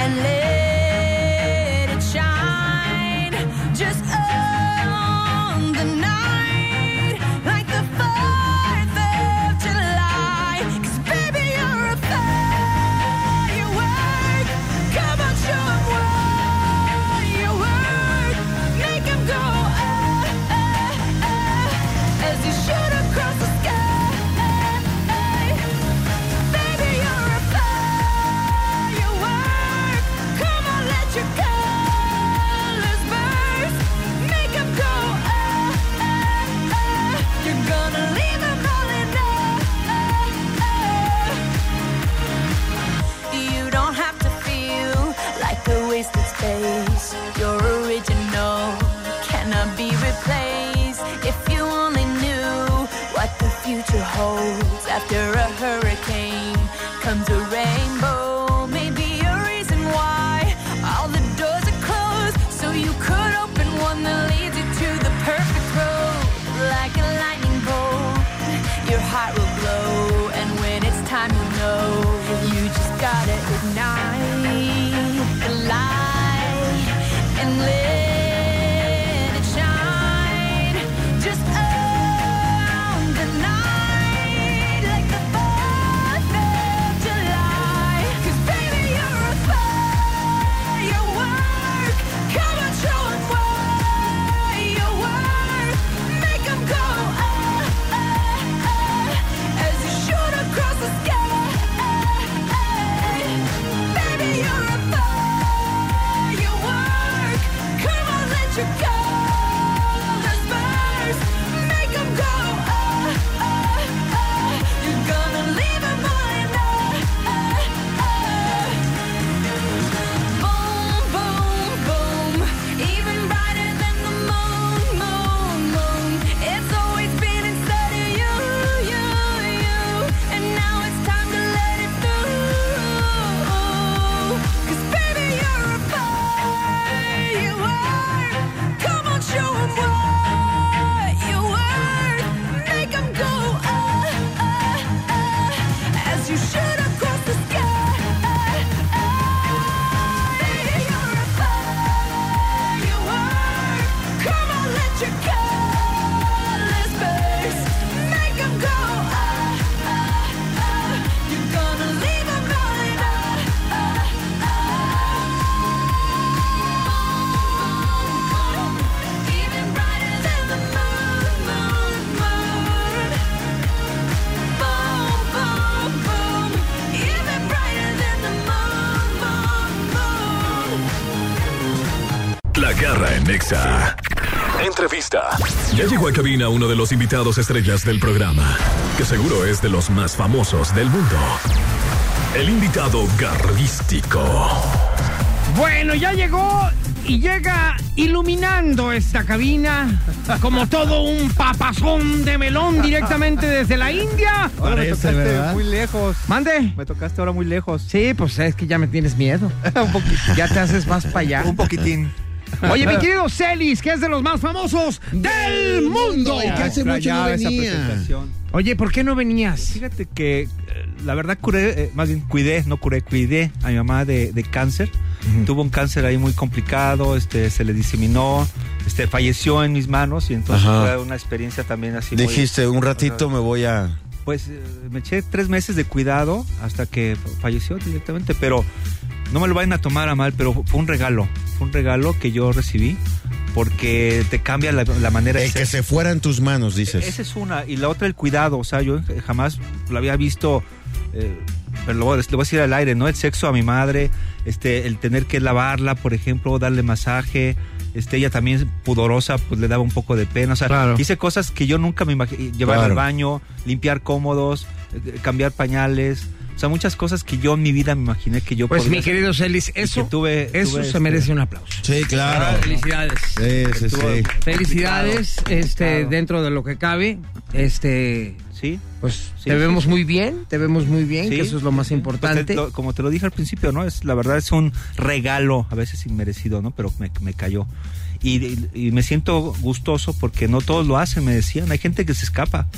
Speaker 9: and let it shine. Just on the night, like the 4th of July. Cause baby, you're a firework. Come on, show 'em what you work. Make 'em go, uh, uh, uh, as you shoot across the sky. Baby, you're a firework. Come on, let your colors burst. Make 'em go, uh, uh, uh. You're gonna leave 'em all in eh, awe. You don't have to feel like a wasted space. Your original cannot be replaced. If you only knew what the future holds after a hurricane comes a rainbow. Maybe a reason why all the doors are closed. So you could open one that leads you to the perfect road. Like a lightning bolt, your heart will glow. And when it's time, you'll know you just gotta ignite the light and let it shine. Just on the night, like the 4th of July. 'Cause baby, you're a firework. Come on, show 'em why you work. Make 'em go, uh, uh, uh, as you shoot across the sky. Baby, you're a firework. Come on, let your colors burst. Make 'em go, uh, uh, uh. You're gonna leave 'em all in awe. Boom, boom, boom, even brighter than the moon, moon, moon. It's always been inside of you, you, you, and now it's time to let it through. 'Cause baby, you're a firework. Come on, show 'em what you worth. Make 'em go ah, ah, ah, as you shoot across the sky. Baby, you're a firework. Come on, let your colors burst. Make 'em go ah ah ah. You're gonna leave 'em all in awe. Even brighter than the moon, moon, moon. Boom, boom, boom, even brighter than the moon, moon, moon.
Speaker 4: La garra en Exa. entrevista. Ya llegó a cabina uno de los invitados estrellas del programa, que seguro es de los más famosos del mundo. El invitado garrístico.
Speaker 1: Bueno, ya llegó y llega iluminando esta cabina como todo un papazón de melón directamente desde la India.
Speaker 9: Ahora me tocaste muy lejos.
Speaker 1: Mande.
Speaker 9: Me tocaste ahora muy lejos.
Speaker 1: Sí, pues es que ya me tienes miedo.
Speaker 9: Un poquito.
Speaker 1: Ya te haces más para allá.
Speaker 9: Un poquitín.
Speaker 1: Oye, mi querido Celis, que es de los más famosos del mundo.
Speaker 3: Y que hace mucho no
Speaker 9: Extrañaba esa
Speaker 3: venía.
Speaker 9: presentación.
Speaker 1: Oye, ¿por qué no venías?
Speaker 9: Fíjate que eh, la verdad curé, eh, más bien cuidé, no curé, cuidé a mi mamá de, de cáncer. Tuvo un cáncer ahí muy complicado, este, se le diseminó, este, falleció en mis manos y entonces
Speaker 3: Ajá.
Speaker 9: fue una experiencia también así. muy-
Speaker 3: Dijiste, un ratito me voy a...
Speaker 9: Pues eh, me eché tres meses de cuidado hasta que falleció directamente, pero no me lo vayan a tomar a mal, pero fue un regalo, fue un regalo que yo recibí porque te cambia la, la manera
Speaker 3: El
Speaker 9: de
Speaker 3: que se
Speaker 9: ser.
Speaker 3: fuera en tus manos,
Speaker 9: Esa
Speaker 3: dices.
Speaker 9: es una. Y la otra, el cuidado. O sea, yo jamás lo había visto. eh, pero lo, voy a- lo voy a decir al aire, ¿no? El sexo a mi madre, este, el tener que lavarla, por ejemplo, darle masaje. Este, ella también pudorosa, pues le daba un poco de pena. O sea,
Speaker 10: Claro.
Speaker 9: hice cosas que yo nunca me imaginé. Llevar
Speaker 3: Claro.
Speaker 9: al baño, limpiar cómodos, eh, cambiar pañales. O sea, muchas cosas que yo en mi vida me imaginé que yo
Speaker 1: Pues
Speaker 9: podría
Speaker 1: mi querido Celis,
Speaker 9: hacer y que
Speaker 1: eso,
Speaker 9: tuve,
Speaker 1: eso
Speaker 9: tuve,
Speaker 1: se
Speaker 9: este,
Speaker 1: merece un aplauso.
Speaker 3: Sí, claro.
Speaker 1: Ah, Felicidades.
Speaker 3: Sí, sí,
Speaker 9: Estuvo-
Speaker 3: sí.
Speaker 1: Felicidades,
Speaker 9: complicado,
Speaker 1: este,
Speaker 9: complicado.
Speaker 1: dentro de lo que cabe, este,
Speaker 9: Sí.
Speaker 1: pues
Speaker 9: Sí,
Speaker 1: te
Speaker 9: sí,
Speaker 1: vemos muy bien, te vemos muy bien, que
Speaker 9: Sí,
Speaker 1: eso es lo
Speaker 9: sí,
Speaker 1: más
Speaker 9: sí.
Speaker 1: importante.
Speaker 9: Pues te lo- como te lo dije al principio, ¿no? Es, la verdad es un regalo, a veces inmerecido, ¿no? Pero me, me cayó. Y, y me siento gustoso porque no todos lo hacen, me decían. Hay gente que se escapa.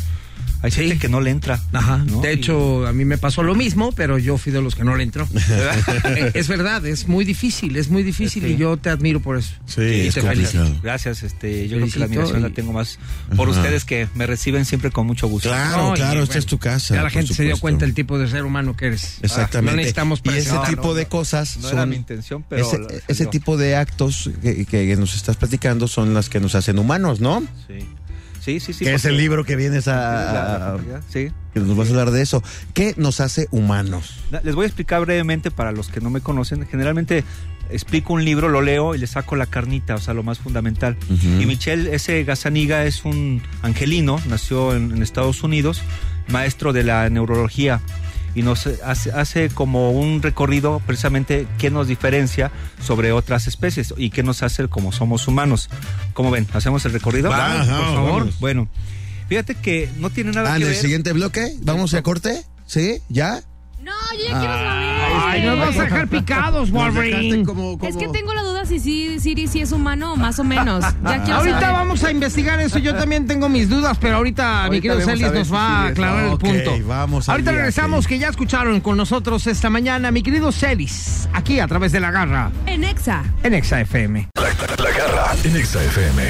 Speaker 9: Hay
Speaker 1: Sí.
Speaker 9: gente que no le entra.
Speaker 1: Ajá.
Speaker 9: ¿no?
Speaker 1: De
Speaker 9: Y-
Speaker 1: hecho, a mí me pasó lo mismo, pero yo fui de los que no le entró. Eh, es verdad, es muy difícil, es muy difícil
Speaker 9: Sí.
Speaker 1: y yo te admiro por eso.
Speaker 3: Sí,
Speaker 1: Y
Speaker 3: es
Speaker 1: te felicito.
Speaker 3: complicado.
Speaker 9: Gracias, este,
Speaker 1: Felicito
Speaker 9: yo creo que la admiración
Speaker 1: y-
Speaker 9: la tengo más por
Speaker 3: Ajá.
Speaker 9: ustedes que me reciben siempre con mucho gusto.
Speaker 3: Claro,
Speaker 1: No, y
Speaker 3: claro,
Speaker 1: bueno,
Speaker 3: esta es tu casa.
Speaker 1: Ya la
Speaker 3: por
Speaker 1: gente se dio
Speaker 3: supuesto.
Speaker 1: cuenta el tipo de ser humano que eres. Ah,
Speaker 9: Ah,
Speaker 3: Exactamente.
Speaker 1: No necesitamos
Speaker 3: y ese
Speaker 1: presentarnos.
Speaker 3: tipo de cosas
Speaker 9: No
Speaker 3: son-
Speaker 9: era mi intención, pero
Speaker 3: ese,
Speaker 9: la-
Speaker 3: ese
Speaker 9: salió.
Speaker 3: tipo de actos que, que nos estás platicando son las que nos hacen humanos, ¿no?
Speaker 9: Sí, sí, sí. sí,
Speaker 3: que es
Speaker 9: porque-
Speaker 3: el libro que vienes
Speaker 9: La-
Speaker 3: a,
Speaker 9: la- sí.
Speaker 3: que nos vas a hablar de eso. ¿Qué nos hace humanos?
Speaker 9: La- Les voy a explicar brevemente para los que no me conocen. Generalmente explico un libro, lo leo y le saco la carnita, o sea, lo más fundamental.
Speaker 3: Ujú.
Speaker 9: Y Michel S. Gazaniga es un angelino, nació en, en Estados Unidos, maestro de la neurología. Y nos hace, hace como un recorrido precisamente qué nos diferencia sobre otras especies y qué nos hace como somos humanos. ¿Cómo ven? ¿Hacemos el recorrido?
Speaker 3: Va, ajá,
Speaker 9: por favor.
Speaker 3: vámonos.
Speaker 9: Bueno, fíjate que no tiene nada
Speaker 3: Ah,
Speaker 9: que
Speaker 3: en
Speaker 9: ver.
Speaker 3: el siguiente bloque, vamos a corte, ¿sí? ¿Ya?
Speaker 2: No, yo ya
Speaker 1: Ah,
Speaker 2: quiero saber.
Speaker 1: Ay, nos vas a dejar picados, Wolverine.
Speaker 2: Es que tengo la duda si sí, Siri sí es humano, más o menos. Ya quiero
Speaker 1: Ahorita
Speaker 2: saber.
Speaker 1: vamos a investigar eso. Yo también tengo mis dudas, pero ahorita, mi
Speaker 9: Ahorita
Speaker 1: querido
Speaker 9: vemos a
Speaker 1: Celis
Speaker 9: ver
Speaker 1: nos
Speaker 9: si
Speaker 1: va a
Speaker 9: sí es.
Speaker 1: aclarar
Speaker 3: Ok,
Speaker 1: el punto.
Speaker 3: vamos al
Speaker 1: ahorita
Speaker 3: día,
Speaker 1: regresamos,
Speaker 3: sí.
Speaker 1: que ya escucharon con nosotros esta mañana, mi querido Celis, aquí a través de la garra
Speaker 2: En Exa.
Speaker 1: en Exa FM.
Speaker 4: La garra en Exa FM.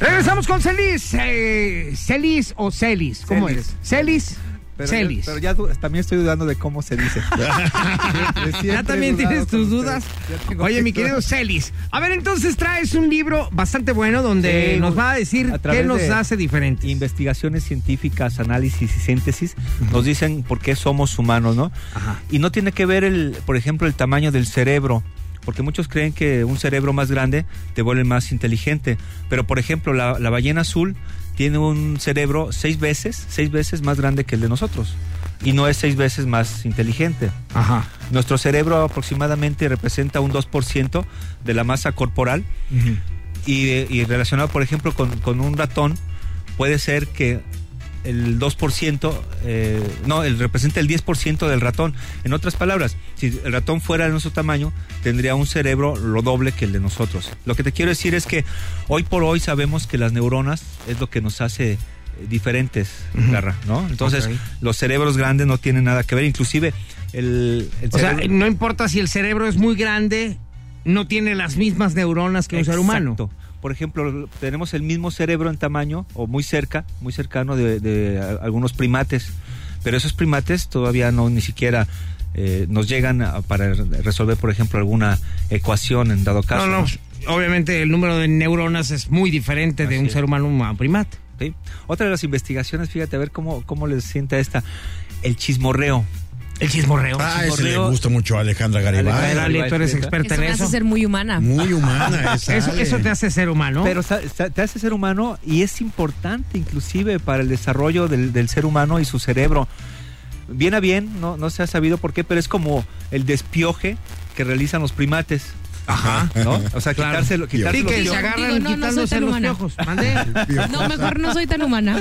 Speaker 1: Regresamos con Celis. eh, Celis o Celis, ¿cómo
Speaker 9: Celis.
Speaker 1: eres? Celis.
Speaker 9: Pero, ya,
Speaker 1: Celis.
Speaker 9: pero ya du- también estoy dudando de cómo se dice.
Speaker 1: Ya también tienes tus dudas. Oye, mi querido Celis. A ver, entonces traes un libro bastante bueno donde
Speaker 9: Sí,
Speaker 1: nos va a decir
Speaker 9: a través
Speaker 1: qué nos
Speaker 9: de-
Speaker 1: hace diferentes.
Speaker 9: Investigaciones científicas, análisis y síntesis nos dicen por qué somos humanos, ¿no?
Speaker 1: Ajá.
Speaker 9: Y no tiene que ver, el, por ejemplo, el tamaño del cerebro. Porque muchos creen que Eh, un cerebro más grande te vuelve más inteligente. Pero, por ejemplo, la, la ballena azul tiene un cerebro seis veces, seis veces más grande que el de nosotros. Y no es seis veces más inteligente.
Speaker 1: Ajá.
Speaker 9: Nuestro cerebro aproximadamente representa un 2% de la masa corporal y, eh, y relacionado, por ejemplo, con, con un ratón, puede ser que el 2%, eh, no, el representa el 10% del ratón. En otras palabras, si el ratón fuera de nuestro tamaño, tendría un cerebro lo doble que el de nosotros. Lo que te quiero decir es que hoy por hoy sabemos que las neuronas es lo que nos hace eh, diferentes, Garra, ¿no? Entonces,
Speaker 1: Ok.
Speaker 9: los cerebros grandes no tienen nada que ver, inclusive el, el
Speaker 1: O sea,
Speaker 9: cerebro-
Speaker 1: no importa si el cerebro es muy grande, no tiene las mismas neuronas que un ser humano.
Speaker 9: Exacto. Por ejemplo, tenemos el mismo cerebro en tamaño o muy cerca, muy cercano de, de a- algunos primates, pero esos primates todavía no ni siquiera eh, nos llegan a- para re- resolver, por ejemplo, alguna ecuación en dado caso.
Speaker 1: No, no,
Speaker 9: ¿no?
Speaker 1: obviamente el número de neuronas es muy diferente de
Speaker 9: Así
Speaker 1: un
Speaker 9: es.
Speaker 1: ser humano a un primate.
Speaker 9: ¿Sí? Otra de las investigaciones, fíjate a ver cómo, cómo les sienta esta, el chismorreo.
Speaker 1: El chismorreo.
Speaker 3: Ah, ese le gusta mucho a Alejandra Garibay.
Speaker 1: Alejandra Garibay, tú eres experta
Speaker 2: Eso
Speaker 1: en
Speaker 2: me hace
Speaker 1: eso.
Speaker 2: ser muy humana.
Speaker 3: Muy humana esa.
Speaker 1: Eso,
Speaker 3: Ale.
Speaker 1: eso te hace ser humano.
Speaker 9: Pero sa- sa- te hace ser humano y es importante inclusive para el desarrollo del, del ser humano y su cerebro. Bien a bien, no, no se ha sabido por qué, pero es como el despioje que realizan los primates.
Speaker 1: Ajá.
Speaker 9: ¿No? O sea, quitarse, lo- quitarse
Speaker 1: Sí,
Speaker 9: los
Speaker 1: que se
Speaker 9: piojos.
Speaker 1: agarran
Speaker 2: Digo, no, no soy
Speaker 1: quitándose
Speaker 2: tan
Speaker 1: los
Speaker 2: humana.
Speaker 1: piojos. Mande.
Speaker 2: No, mejor no soy tan humana.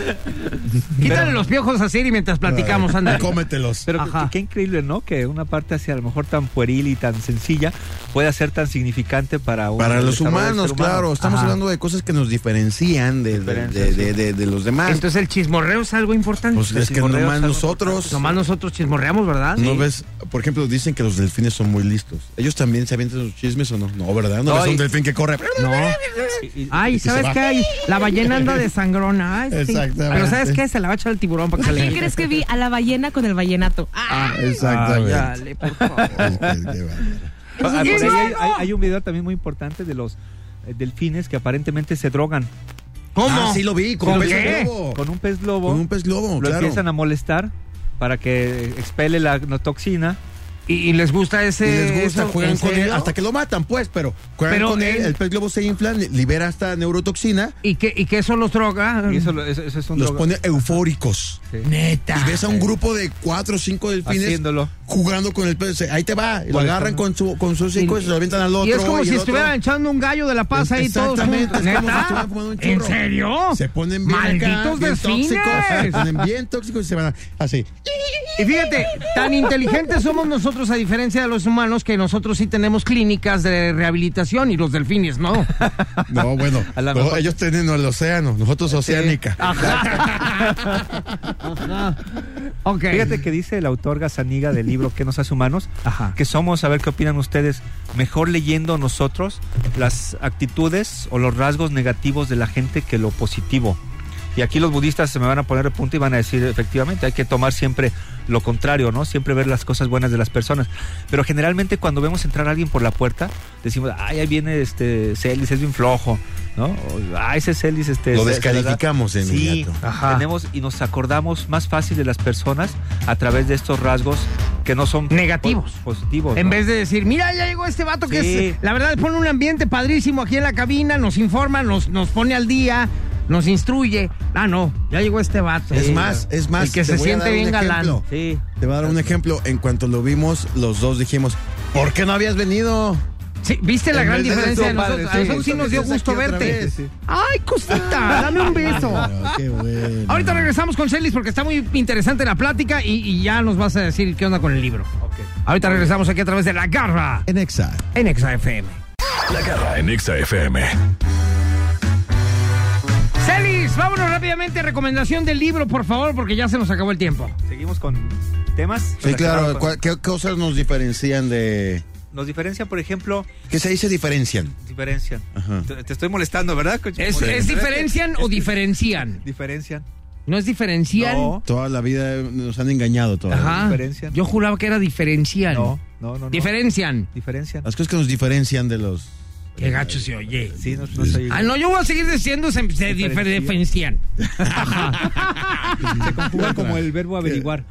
Speaker 1: Quítale los piojos a Siri mientras platicamos, anda.
Speaker 3: Cómetelos.
Speaker 9: Pero
Speaker 1: Ajá.
Speaker 9: qué, qué increíble, ¿no? Que una parte así a lo mejor tan pueril y tan sencilla pueda ser tan significante para un
Speaker 3: Para
Speaker 9: el
Speaker 3: los
Speaker 9: desarrollo del
Speaker 3: humanos,
Speaker 9: ser humano.
Speaker 3: claro. Estamos
Speaker 9: Ajá.
Speaker 3: hablando de cosas que nos diferencian de, de, de- de- de- de los demás.
Speaker 1: Entonces el chismorreo es algo importante.
Speaker 3: Pues es que
Speaker 9: chismorreo
Speaker 3: nomás
Speaker 9: es algo
Speaker 3: nosotros.
Speaker 1: Nomás nosotros chismorreamos, ¿verdad?
Speaker 3: No ves, por ejemplo, dicen que los delfines son muy listos. ¿Ellos también se avientan sus chismes o no? No, ¿verdad? No,
Speaker 9: No,
Speaker 3: ves
Speaker 9: y-
Speaker 3: un delfín que corre.
Speaker 1: No.
Speaker 9: Y- y-
Speaker 1: Ay,
Speaker 3: y se
Speaker 1: ¿sabes
Speaker 3: va.
Speaker 1: qué? Ay, La ballena anda de sangrona. Ay, sí.
Speaker 3: Exactamente.
Speaker 1: Pero ¿sabes qué? Se la va a echar el tiburón para que
Speaker 2: ¿A
Speaker 1: le...
Speaker 2: quién crees que vi? A la ballena con el vallenato. Ah,
Speaker 3: Ah, exactamente. Ah,
Speaker 1: Dale, por favor.
Speaker 3: Ay, qué bárbaro.
Speaker 9: Ah, por ahí
Speaker 1: ¡Es
Speaker 9: hay,
Speaker 1: humano!
Speaker 9: hay- hay un video también muy importante de los eh, delfines que aparentemente se drogan
Speaker 1: ¿Cómo?
Speaker 3: Ah, sí lo vi, con
Speaker 1: ¿Con
Speaker 3: un
Speaker 1: qué?
Speaker 3: pez globo.
Speaker 9: con un pez globo.
Speaker 3: Con un pez globo,
Speaker 9: lo
Speaker 3: claro.
Speaker 9: empiezan a molestar para que expele la no, toxina.
Speaker 1: ¿Y, y les gusta
Speaker 3: Y
Speaker 1: ese...
Speaker 3: les gusta,
Speaker 1: eso?
Speaker 3: juegan
Speaker 1: ¿En
Speaker 3: con él
Speaker 1: serio?
Speaker 3: hasta que lo matan, pues, pero juegan
Speaker 1: Pero
Speaker 3: con él,
Speaker 1: él-
Speaker 3: el pez globo se infla, li- libera hasta neurotoxina,
Speaker 1: ¿Y que, y que eso los droga.
Speaker 9: Y eso, lo- eso- eso es un
Speaker 3: los
Speaker 9: droga-
Speaker 3: pone eufóricos.
Speaker 9: Sí.
Speaker 1: Neta.
Speaker 3: Y ves a un grupo de cuatro o cinco delfines
Speaker 9: Haciéndolo.
Speaker 3: jugando con el pez. Ahí te va. y Lo
Speaker 9: Por
Speaker 3: agarran
Speaker 9: eso.
Speaker 3: con su, con su hocico y se lo avientan al otro.
Speaker 1: Y es como
Speaker 3: el
Speaker 1: si
Speaker 3: otro.
Speaker 1: estuvieran echando un gallo de la paz ahí todos
Speaker 3: Exactamente,
Speaker 1: juntos.
Speaker 3: es como si
Speaker 1: ¿Neta?
Speaker 3: estuvieran fumando un
Speaker 1: ¿En
Speaker 3: churro.
Speaker 1: serio?
Speaker 3: Se ponen bien acá,
Speaker 1: Malditos
Speaker 3: bien tóxicos. Se
Speaker 1: delfines.
Speaker 3: ponen bien tóxicos y se van a- así.
Speaker 1: Y fíjate, tan inteligentes somos nosotros a diferencia de los humanos que nosotros sí tenemos clínicas de rehabilitación y los delfines no.
Speaker 3: No, bueno.
Speaker 9: A la
Speaker 3: no,
Speaker 9: mejor.
Speaker 3: ellos tienen el océano, nosotros oceánica.
Speaker 1: Ah. Ok.
Speaker 9: Fíjate que dice el autor Gazaniga del libro ¿Qué nos hace humanos?
Speaker 1: Ajá.
Speaker 9: Que somos, a ver qué opinan ustedes, mejor leyendo nosotros las actitudes o los rasgos negativos de la gente que lo positivo. Y aquí los budistas se me van a poner de punto y van a decir, efectivamente, hay que tomar siempre lo contrario, ¿no? Siempre ver las cosas buenas de las personas. Pero generalmente cuando vemos entrar a alguien por la puerta, decimos, ay, ahí viene este Celis, es bien flojo, ¿no? O, ah, ese Celis, este...
Speaker 3: Lo
Speaker 9: se- se la da".
Speaker 3: descalificamos
Speaker 4: Pues
Speaker 3: de
Speaker 9: Sí,
Speaker 3: inmediato.
Speaker 9: ajá. tenemos y nos acordamos más fácil de las personas a través de estos rasgos que no son
Speaker 1: Negativos.
Speaker 9: po- positivos.
Speaker 1: En
Speaker 9: ¿no?
Speaker 1: vez de decir, mira, ya llegó este vato que
Speaker 9: Sí.
Speaker 1: es. La verdad, pone un ambiente padrísimo aquí en la cabina, nos informa, nos, nos pone al día, nos instruye. Ah, no, ya llegó este vato.
Speaker 3: Es más, es más.
Speaker 1: El que
Speaker 3: te
Speaker 1: se
Speaker 3: voy a
Speaker 1: siente
Speaker 3: dar un
Speaker 1: bien galán.
Speaker 3: ejemplo.
Speaker 9: Sí.
Speaker 3: Te voy a dar un ejemplo. En cuanto lo vimos, los dos dijimos, ¿por qué no habías venido?
Speaker 1: Sí, ¿Viste la
Speaker 3: En
Speaker 1: gran
Speaker 3: vez de
Speaker 1: diferencia de
Speaker 3: nuestro
Speaker 1: nosotros?
Speaker 3: padre,
Speaker 1: a
Speaker 3: sí.
Speaker 1: nosotros sí nos dio
Speaker 3: Estás aquí
Speaker 1: gusto
Speaker 3: otra
Speaker 1: verte.
Speaker 3: vez, sí.
Speaker 1: Ay, cosita, dame un beso.
Speaker 3: Ah, qué bueno.
Speaker 1: Ahorita regresamos con Celis porque está muy interesante la plática y, y ya nos vas a decir qué onda con el libro. Ahorita regresamos aquí a través de La Garra
Speaker 3: En Exa.
Speaker 1: en XFM.
Speaker 4: La garra Ah, en Exa FM.
Speaker 1: Celis, vámonos rápidamente. Recomendación del libro, por favor, porque ya se nos acabó el tiempo.
Speaker 9: Seguimos con temas.
Speaker 3: Sí, claro.
Speaker 9: relacionados con-
Speaker 3: ¿cuál- ¿Qué cosas nos diferencian de...?
Speaker 9: Nos diferencia, por ejemplo,
Speaker 3: ¿Qué se dice diferencian?
Speaker 9: diferencian.
Speaker 3: Ajá.
Speaker 9: Te, te estoy molestando, ¿verdad? coche?
Speaker 1: ¿Es,
Speaker 9: Molestando.
Speaker 1: es diferencian o
Speaker 9: Es-
Speaker 1: diferencian?
Speaker 9: Diferencian.
Speaker 1: ¿No es diferencial?
Speaker 9: No,
Speaker 3: Toda la vida nos han engañado todas.
Speaker 1: Ajá.
Speaker 9: diferencian.
Speaker 1: Yo juraba que era diferencial.
Speaker 9: no, no, no. no.
Speaker 1: Diferencian.
Speaker 9: Diferencian.
Speaker 3: Las cosas que nos diferencian de los...
Speaker 1: Qué gacho se oye.
Speaker 9: Sí, no, no soy-
Speaker 1: Ah, no, yo voy a seguir diciendo se, se diferencian.
Speaker 9: Diferencian. Se conjuga como el verbo averiguar.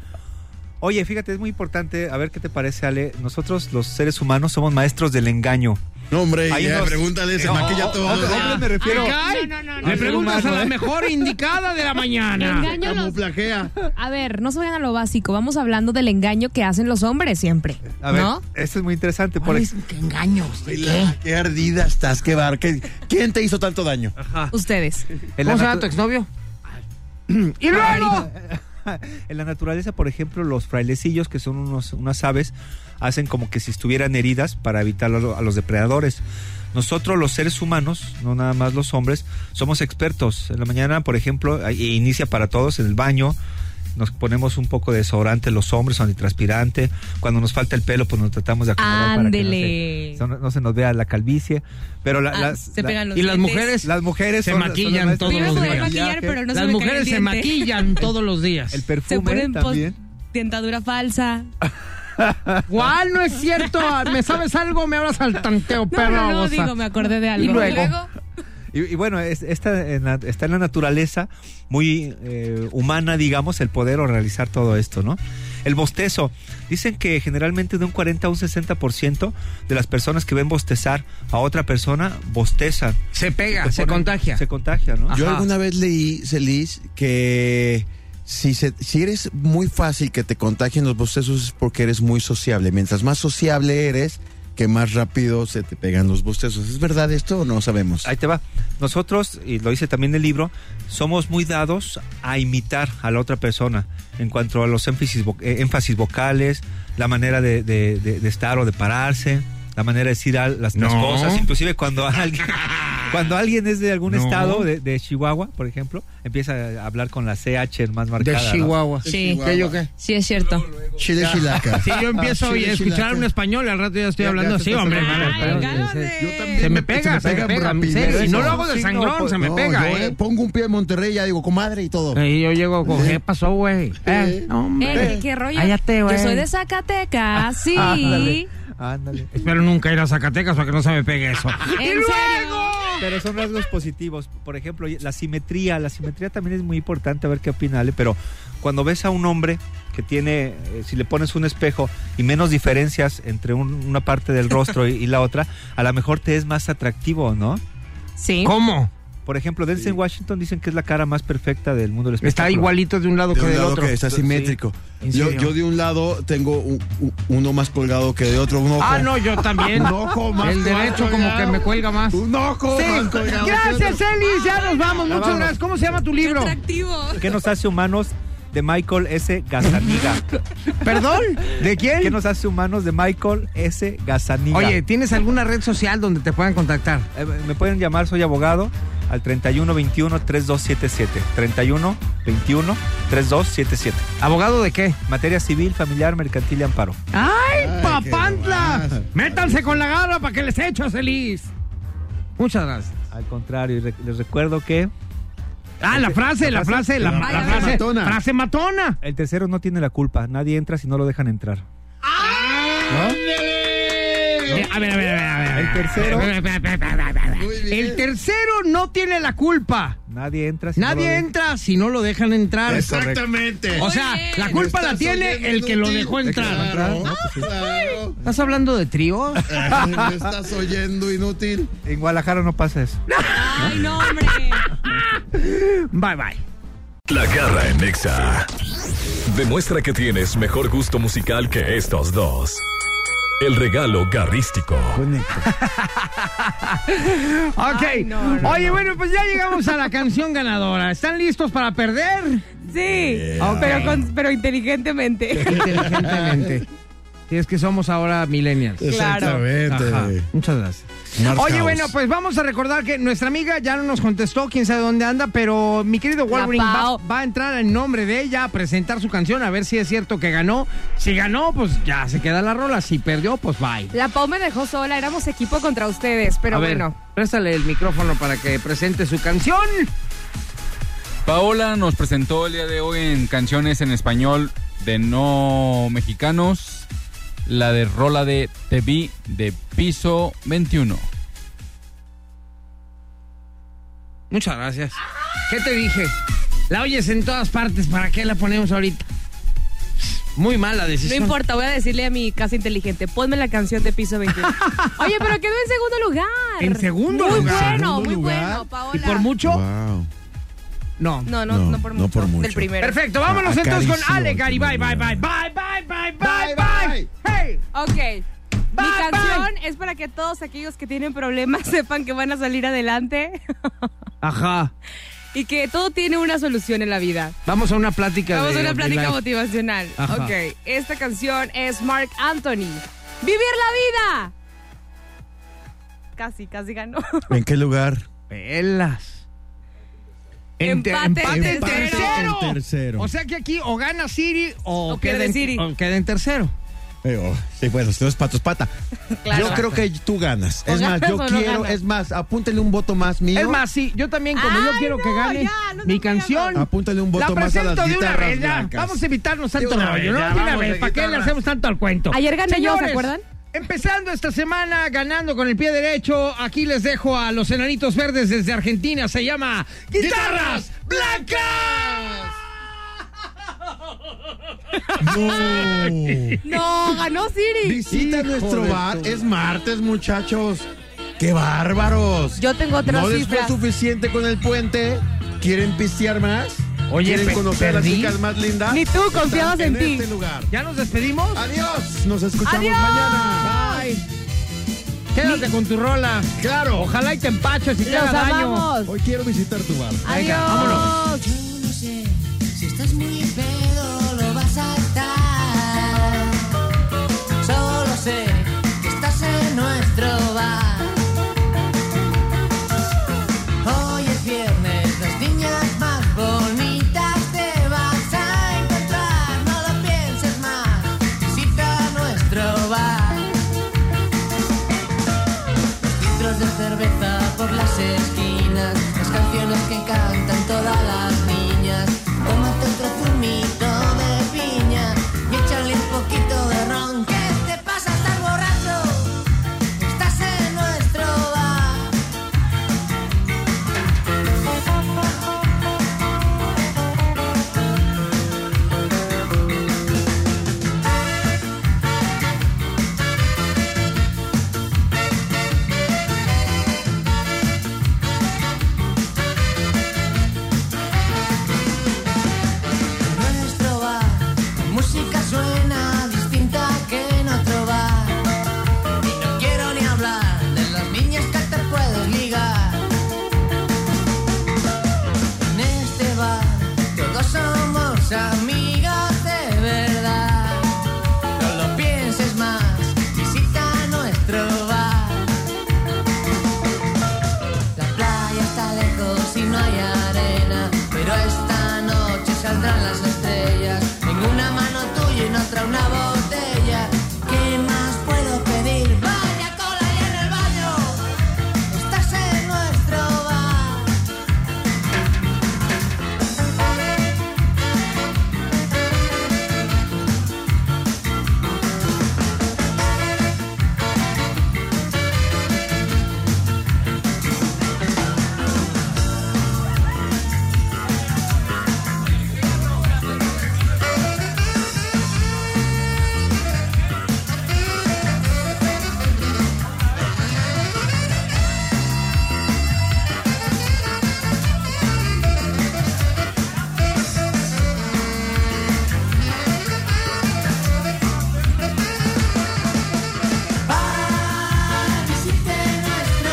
Speaker 9: Oye, fíjate, es muy importante, a ver qué te parece, Ale. Nosotros, los seres humanos, somos maestros del engaño.
Speaker 3: No, hombre,
Speaker 9: Hay
Speaker 3: ya,
Speaker 9: unos-
Speaker 3: pregúntale, se
Speaker 9: No,
Speaker 3: maquilla
Speaker 9: no,
Speaker 3: todo.
Speaker 9: no, no, me refiero.
Speaker 1: Ay,
Speaker 2: No, no, no,
Speaker 1: Le
Speaker 9: no.
Speaker 1: Ah, preguntas a
Speaker 9: Humano,
Speaker 1: la
Speaker 9: ¿eh?
Speaker 1: mejor indicada de la mañana.
Speaker 2: Engáñalos.
Speaker 3: Camuflajea.
Speaker 2: A ver, no se vayan a lo básico. Vamos hablando del engaño que hacen los hombres siempre.
Speaker 9: A ver,
Speaker 2: ¿No?
Speaker 9: esto es muy interesante. Por
Speaker 2: Ay,
Speaker 9: ex-
Speaker 2: ¿Qué engaños? ¿De
Speaker 3: Ay,
Speaker 2: qué?
Speaker 3: la- Qué ardida estás, qué bar. qué- ¿Quién te hizo tanto daño?
Speaker 2: Ustedes.
Speaker 9: en, la
Speaker 1: ¿Cómo se llama
Speaker 9: natu-
Speaker 1: tu exnovio? ¡Y luego!
Speaker 9: en la naturaleza, por ejemplo, los frailecillos, que son unos, unas aves, hacen como que si estuvieran heridas para evitar a, lo- a los depredadores. Nosotros, los seres humanos, no nada más los hombres, somos expertos. En la mañana, por ejemplo, ahí inicia para todos en el baño. Nos ponemos un poco de desodorante los hombres, antitranspirante. Cuando nos falta el pelo, pues nos tratamos de acomodar
Speaker 2: Ándele.
Speaker 9: para que no se, no se nos vea la calvicie. Pero la-
Speaker 2: Ah,
Speaker 9: las,
Speaker 2: se
Speaker 9: la-
Speaker 2: pegan los
Speaker 1: ¿Y las
Speaker 2: dientes.
Speaker 1: mujeres?
Speaker 9: las mujeres
Speaker 1: Se
Speaker 9: son-
Speaker 1: maquillan
Speaker 9: son las maestras
Speaker 1: todos
Speaker 9: del
Speaker 2: Quiero poder
Speaker 1: días.
Speaker 2: maquillar,
Speaker 9: maquillaje.
Speaker 2: pero no se
Speaker 1: Las
Speaker 2: me cae
Speaker 1: mujeres
Speaker 2: el
Speaker 1: se
Speaker 2: diente.
Speaker 1: maquillan todos los días.
Speaker 9: El
Speaker 2: Se
Speaker 9: perfume
Speaker 2: ponen post
Speaker 9: también.
Speaker 2: dentadura falsa.
Speaker 1: ¿Cuál? No es cierto. ¿Me sabes algo? Me hablas al tanteo,
Speaker 2: No,
Speaker 1: perro.
Speaker 2: no, no,
Speaker 1: babosa.
Speaker 2: digo, me acordé de algo.
Speaker 1: luego?
Speaker 11: Y, y bueno, es- esta en la- está en la naturaleza muy eh, humana, digamos, el poder o realizar todo esto, ¿no? El bostezo. Dicen que generalmente de un 40 a un 60% de las personas que ven bostezar a otra persona bostezan.
Speaker 1: Se pega,
Speaker 11: Te
Speaker 1: se contagia.
Speaker 11: Se contagia, ¿no?
Speaker 3: Yo alguna vez leí, Celis, que si, se- si eres muy fácil que te contagien los bostezos es porque eres muy sociable. Mientras más sociable eres, que más rápido se te pegan los bostezos. ¿Es verdad esto o no sabemos?
Speaker 11: Ahí te va. Nosotros, y lo dice también el libro, somos muy dados a imitar a la otra persona en cuanto a los énfasis, vo- eh, énfasis vocales, la manera de, de- de- de estar o de pararse, la manera de decir al- las, las
Speaker 12: No.
Speaker 11: cosas. Inclusive cuando alguien, cuando alguien es de algún
Speaker 12: No.
Speaker 11: estado, de, de Chihuahua, por ejemplo, empieza a hablar con la CH más marcada. ¿no?
Speaker 13: Sí.
Speaker 11: ¿Qué, yo qué?
Speaker 13: Sí, es cierto.
Speaker 3: Chile chilaca. Ah,
Speaker 1: Si
Speaker 11: Ah,
Speaker 1: yo empiezo
Speaker 3: Chile
Speaker 1: a escuchar
Speaker 3: chilaca.
Speaker 1: un español, al rato ya estoy
Speaker 3: Ya,
Speaker 1: hablando
Speaker 3: ya te
Speaker 1: así,
Speaker 3: estás
Speaker 1: hombre.
Speaker 3: hablando.
Speaker 1: Yo
Speaker 3: también.
Speaker 1: Se me pega, se me pega. en serio.
Speaker 3: rapidez.
Speaker 1: Si no lo hago de
Speaker 3: Sí, no,
Speaker 1: sangrón,
Speaker 3: pues,
Speaker 1: se me
Speaker 3: no,
Speaker 1: pega,
Speaker 3: yo,
Speaker 1: ¿eh?
Speaker 3: eh, Pongo un pie en Monterrey, ya digo, comadre y todo.
Speaker 1: Y yo llego con, ¿qué pasó, güey? Eh, no,
Speaker 13: Eh,
Speaker 1: hombre.
Speaker 13: ¿Qué rollo?
Speaker 1: Cállate,
Speaker 13: Yo
Speaker 1: güey.
Speaker 13: soy de
Speaker 2: ah,
Speaker 13: Zacatecas, sí.
Speaker 1: Ándale.
Speaker 11: Ándale.
Speaker 1: Espero nunca ir a Zacatecas para que no se me pegue eso.
Speaker 13: ¿En serio?
Speaker 11: Pero son rasgos positivos. Por ejemplo, la simetría. La simetría también es muy importante. A ver qué opina Ale. Pero cuando ves a un hombre que tiene, eh, si le pones un espejo y menos diferencias entre un- una parte del rostro y, y la otra, a lo mejor te es más atractivo, ¿no?
Speaker 13: Sí.
Speaker 1: ¿Cómo?
Speaker 11: Por ejemplo, Denzel Washington dicen que es la cara más perfecta del mundo del espectáculo.
Speaker 3: Está
Speaker 1: igualito de un lado
Speaker 3: De un lado que está simétrico.
Speaker 11: ¿En
Speaker 3: Yo,
Speaker 11: serio?
Speaker 3: yo de un lado tengo un- un- uno más colgado que de otro. Un ojo.
Speaker 1: Ah, no, yo también.
Speaker 3: Un ojo más
Speaker 1: El derecho como que me cuelga más.
Speaker 3: Un ojo
Speaker 1: Sí.
Speaker 3: más colgado.
Speaker 1: Gracias, Elis. Ya nos vamos.
Speaker 11: Ya
Speaker 1: Muchas
Speaker 11: vamos.
Speaker 1: gracias. ¿Cómo se llama tu libro?
Speaker 11: ¿Qué nos hace humanos? De Michael S. Gazaniga.
Speaker 1: ¿Perdón? ¿De quién?
Speaker 11: ¿Qué nos hace humanos? De Michael S. Gazaniga.
Speaker 7: Oye, ¿tienes alguna red social donde te puedan contactar?
Speaker 11: Eh, me pueden llamar, soy abogado, al 3121-3277. 3121-3277.
Speaker 7: ¿Abogado de qué?
Speaker 11: Materia civil, familiar, mercantil y amparo.
Speaker 1: ¡Ay, papantla! Métanse con la garra para que les echo, Elis. Muchas gracias.
Speaker 11: Al contrario, y re- les recuerdo que...
Speaker 1: Ah, la frase, la frase, la, la frase matona. Frase matona.
Speaker 11: El tercero no tiene la culpa, nadie entra si no lo dejan entrar.
Speaker 1: Eh, A ver, a ver, a ver, a ver. El tercero. El tercero no tiene la culpa.
Speaker 11: Nadie entra
Speaker 1: Nadie entra si no lo dejan entrar.
Speaker 3: Es correcto. Exactamente.
Speaker 1: O sea,
Speaker 3: Muy bien.
Speaker 1: Oh, la culpa la
Speaker 3: Estás
Speaker 1: tiene
Speaker 3: oyendo
Speaker 1: el
Speaker 3: un
Speaker 1: que lo
Speaker 3: tip.
Speaker 1: dejó entrar. Ah,
Speaker 3: Claro,
Speaker 1: claro. ¿Estás hablando de trío?
Speaker 3: Me estás oyendo inútil.
Speaker 11: En Guadalajara no pasa eso.
Speaker 13: Ay, no, hombre.
Speaker 1: Bye, bye.
Speaker 4: La garra en Nexa. Demuestra que tienes mejor gusto musical que estos dos. El regalo garrístico.
Speaker 1: Ok.
Speaker 13: no, no,
Speaker 1: Oye,
Speaker 13: no.
Speaker 1: bueno, pues ya llegamos a la canción ganadora. ¿Están listos para perder?
Speaker 2: Sí,
Speaker 1: Ok.
Speaker 2: pero, con- pero inteligentemente.
Speaker 1: Inteligentemente. Sí, es que somos ahora millennials.
Speaker 2: Claro.
Speaker 3: Exactamente.
Speaker 1: Ajá. Muchas gracias.
Speaker 3: Smart
Speaker 1: Oye,
Speaker 3: house.
Speaker 1: bueno, pues vamos a recordar que nuestra amiga ya no nos contestó, quién sabe dónde anda, pero mi querido Wolverine va,
Speaker 13: Pao.
Speaker 1: va a entrar en nombre de ella a presentar su canción, a ver si es cierto que ganó. Si ganó, pues ya se queda la rola. Si perdió, pues bye.
Speaker 2: La Pau me dejó sola, éramos equipo contra ustedes, pero
Speaker 1: a ver,
Speaker 2: bueno.
Speaker 1: préstale el micrófono para que presente su canción.
Speaker 5: Paola nos presentó el día de hoy en canciones en español de no mexicanos la de rola de Te vi de piso 21.
Speaker 1: Muchas gracias. ¿Qué te dije? La oyes en todas partes, ¿para qué la ponemos ahorita? Muy mala
Speaker 2: No
Speaker 1: decisión.
Speaker 2: importa, voy a decirle a mi casa inteligente, ponme la canción de piso 21. Oye, pero quedó en segundo lugar.
Speaker 1: En segundo
Speaker 2: muy
Speaker 1: lugar.
Speaker 2: bueno,
Speaker 1: Segundo
Speaker 2: muy
Speaker 1: lugar.
Speaker 2: bueno, Paola.
Speaker 1: ¿Y por mucho?
Speaker 3: Wow.
Speaker 1: No.
Speaker 2: No, no, no, por mucho. Del primero.
Speaker 1: Perfecto, vámonos
Speaker 3: Ah,
Speaker 1: entonces con
Speaker 3: carísimo,
Speaker 1: Ale
Speaker 3: el
Speaker 1: Gary. Bye, bye,
Speaker 3: primer
Speaker 1: bye, bye, bye, bye, bye, bye. Hey.
Speaker 2: Ok. Mi canción es para que todos aquellos que tienen problemas sepan que van a salir adelante
Speaker 1: Ajá.
Speaker 2: y que todo tiene una solución en la vida.
Speaker 1: Vamos a una plática
Speaker 2: Vamos
Speaker 1: de
Speaker 2: a una
Speaker 1: de
Speaker 2: plática
Speaker 1: live.
Speaker 2: motivacional.
Speaker 1: Ajá.
Speaker 2: Ok, esta canción es Mark Anthony. ¡Vivir la vida! Casi, casi ganó.
Speaker 1: pues-
Speaker 3: ¿En qué lugar?
Speaker 1: Pelas. En te-
Speaker 2: Empate,
Speaker 1: empate,
Speaker 2: tercero.
Speaker 1: en tercero.
Speaker 3: En tercero.
Speaker 1: O sea que aquí o gana Siri o,
Speaker 2: O
Speaker 1: queda
Speaker 2: pierde
Speaker 1: en-
Speaker 2: Siri.
Speaker 1: o queda en tercero.
Speaker 3: Eh, oh, sí, bueno, si no es patos pata.
Speaker 2: Claro.
Speaker 3: Yo creo que tú ganas.
Speaker 2: ¿O
Speaker 3: Es más,
Speaker 2: ganas
Speaker 3: yo
Speaker 2: o no
Speaker 3: quiero,
Speaker 2: ganas?
Speaker 3: es más, apúntale un voto más mío.
Speaker 1: Es más, sí, yo también, como yo
Speaker 2: Ay,
Speaker 1: quiero que
Speaker 2: no,
Speaker 1: gane
Speaker 2: ya, no
Speaker 1: mi
Speaker 2: seas
Speaker 1: canción,
Speaker 3: apúntale un
Speaker 1: la
Speaker 3: voto más a
Speaker 1: presento
Speaker 3: las
Speaker 1: de una
Speaker 3: guitarras
Speaker 1: vez. ya.
Speaker 3: blancas.
Speaker 1: Vamos a evitarnos
Speaker 3: De
Speaker 1: tanto
Speaker 3: una
Speaker 1: rollo,
Speaker 3: vez,
Speaker 1: ¿no?
Speaker 3: ya,
Speaker 1: De una
Speaker 3: vamos
Speaker 1: vez,
Speaker 3: de
Speaker 1: ¿para qué le
Speaker 3: guitarras.
Speaker 1: hacemos tanto al cuento?
Speaker 2: Ayer gané yo, ¿se
Speaker 1: Señores,
Speaker 2: acuerdan?
Speaker 1: Empezando esta semana ganando con el pie derecho, aquí les dejo a los enanitos verdes desde Argentina. Se llama Guitarras Blancas.
Speaker 2: No, ganó Siri.
Speaker 3: Visita nuestro bar. Es martes, muchachos. ¡Qué bárbaros!
Speaker 2: Yo tengo otras
Speaker 3: ¿No les fue
Speaker 2: cifras.
Speaker 3: suficiente con el puente? ¿Quieren pistear más?
Speaker 1: Oye,
Speaker 3: ¿Quieren
Speaker 1: pe-
Speaker 3: conocer a las
Speaker 1: perdí.
Speaker 3: chicas más lindas?
Speaker 2: Ni tú
Speaker 3: Están
Speaker 2: confiabas en ti.
Speaker 3: este lugar.
Speaker 1: ¿Ya nos despedimos?
Speaker 3: Adiós. Nos escuchamos
Speaker 2: Adiós.
Speaker 3: mañana. Bye.
Speaker 1: Quédate con tu rola.
Speaker 3: Claro.
Speaker 1: Ojalá y te empaches y te
Speaker 2: Los
Speaker 1: haga daño.
Speaker 2: amamos.
Speaker 3: Hoy quiero visitar tu bar.
Speaker 2: Adiós. vámonos.
Speaker 9: Yo no sé si estás muy pedo, lo vas a estar. Solo sé que estás en nuestro bar. Hoy es viernes, las niñas más bonitas te vas a encontrar. No lo pienses más, visita nuestro bar. Litros de cerveza por las esquinas, las canciones que cantan todas las niñas. Tómate otro zumito de piña y échale un poquito de ron. ¿Qué te pasa estar borracho? Estás en nuestro bar. En nuestro bar, la música suena distinta que en otro bar. Y no quiero ni hablar de las niñas que te puedes ligar. En este bar, todos somos amigos de verdad. No lo pienses más, visita nuestro bar. La playa está lejos y no hay arena, pero esta noche saldrán las estrellas. En una mano tuya y en otra una botella. ¿Qué más puedo pedir? Vaya cola y en el baño. Estás en nuestro bar. Bar, visite nuestro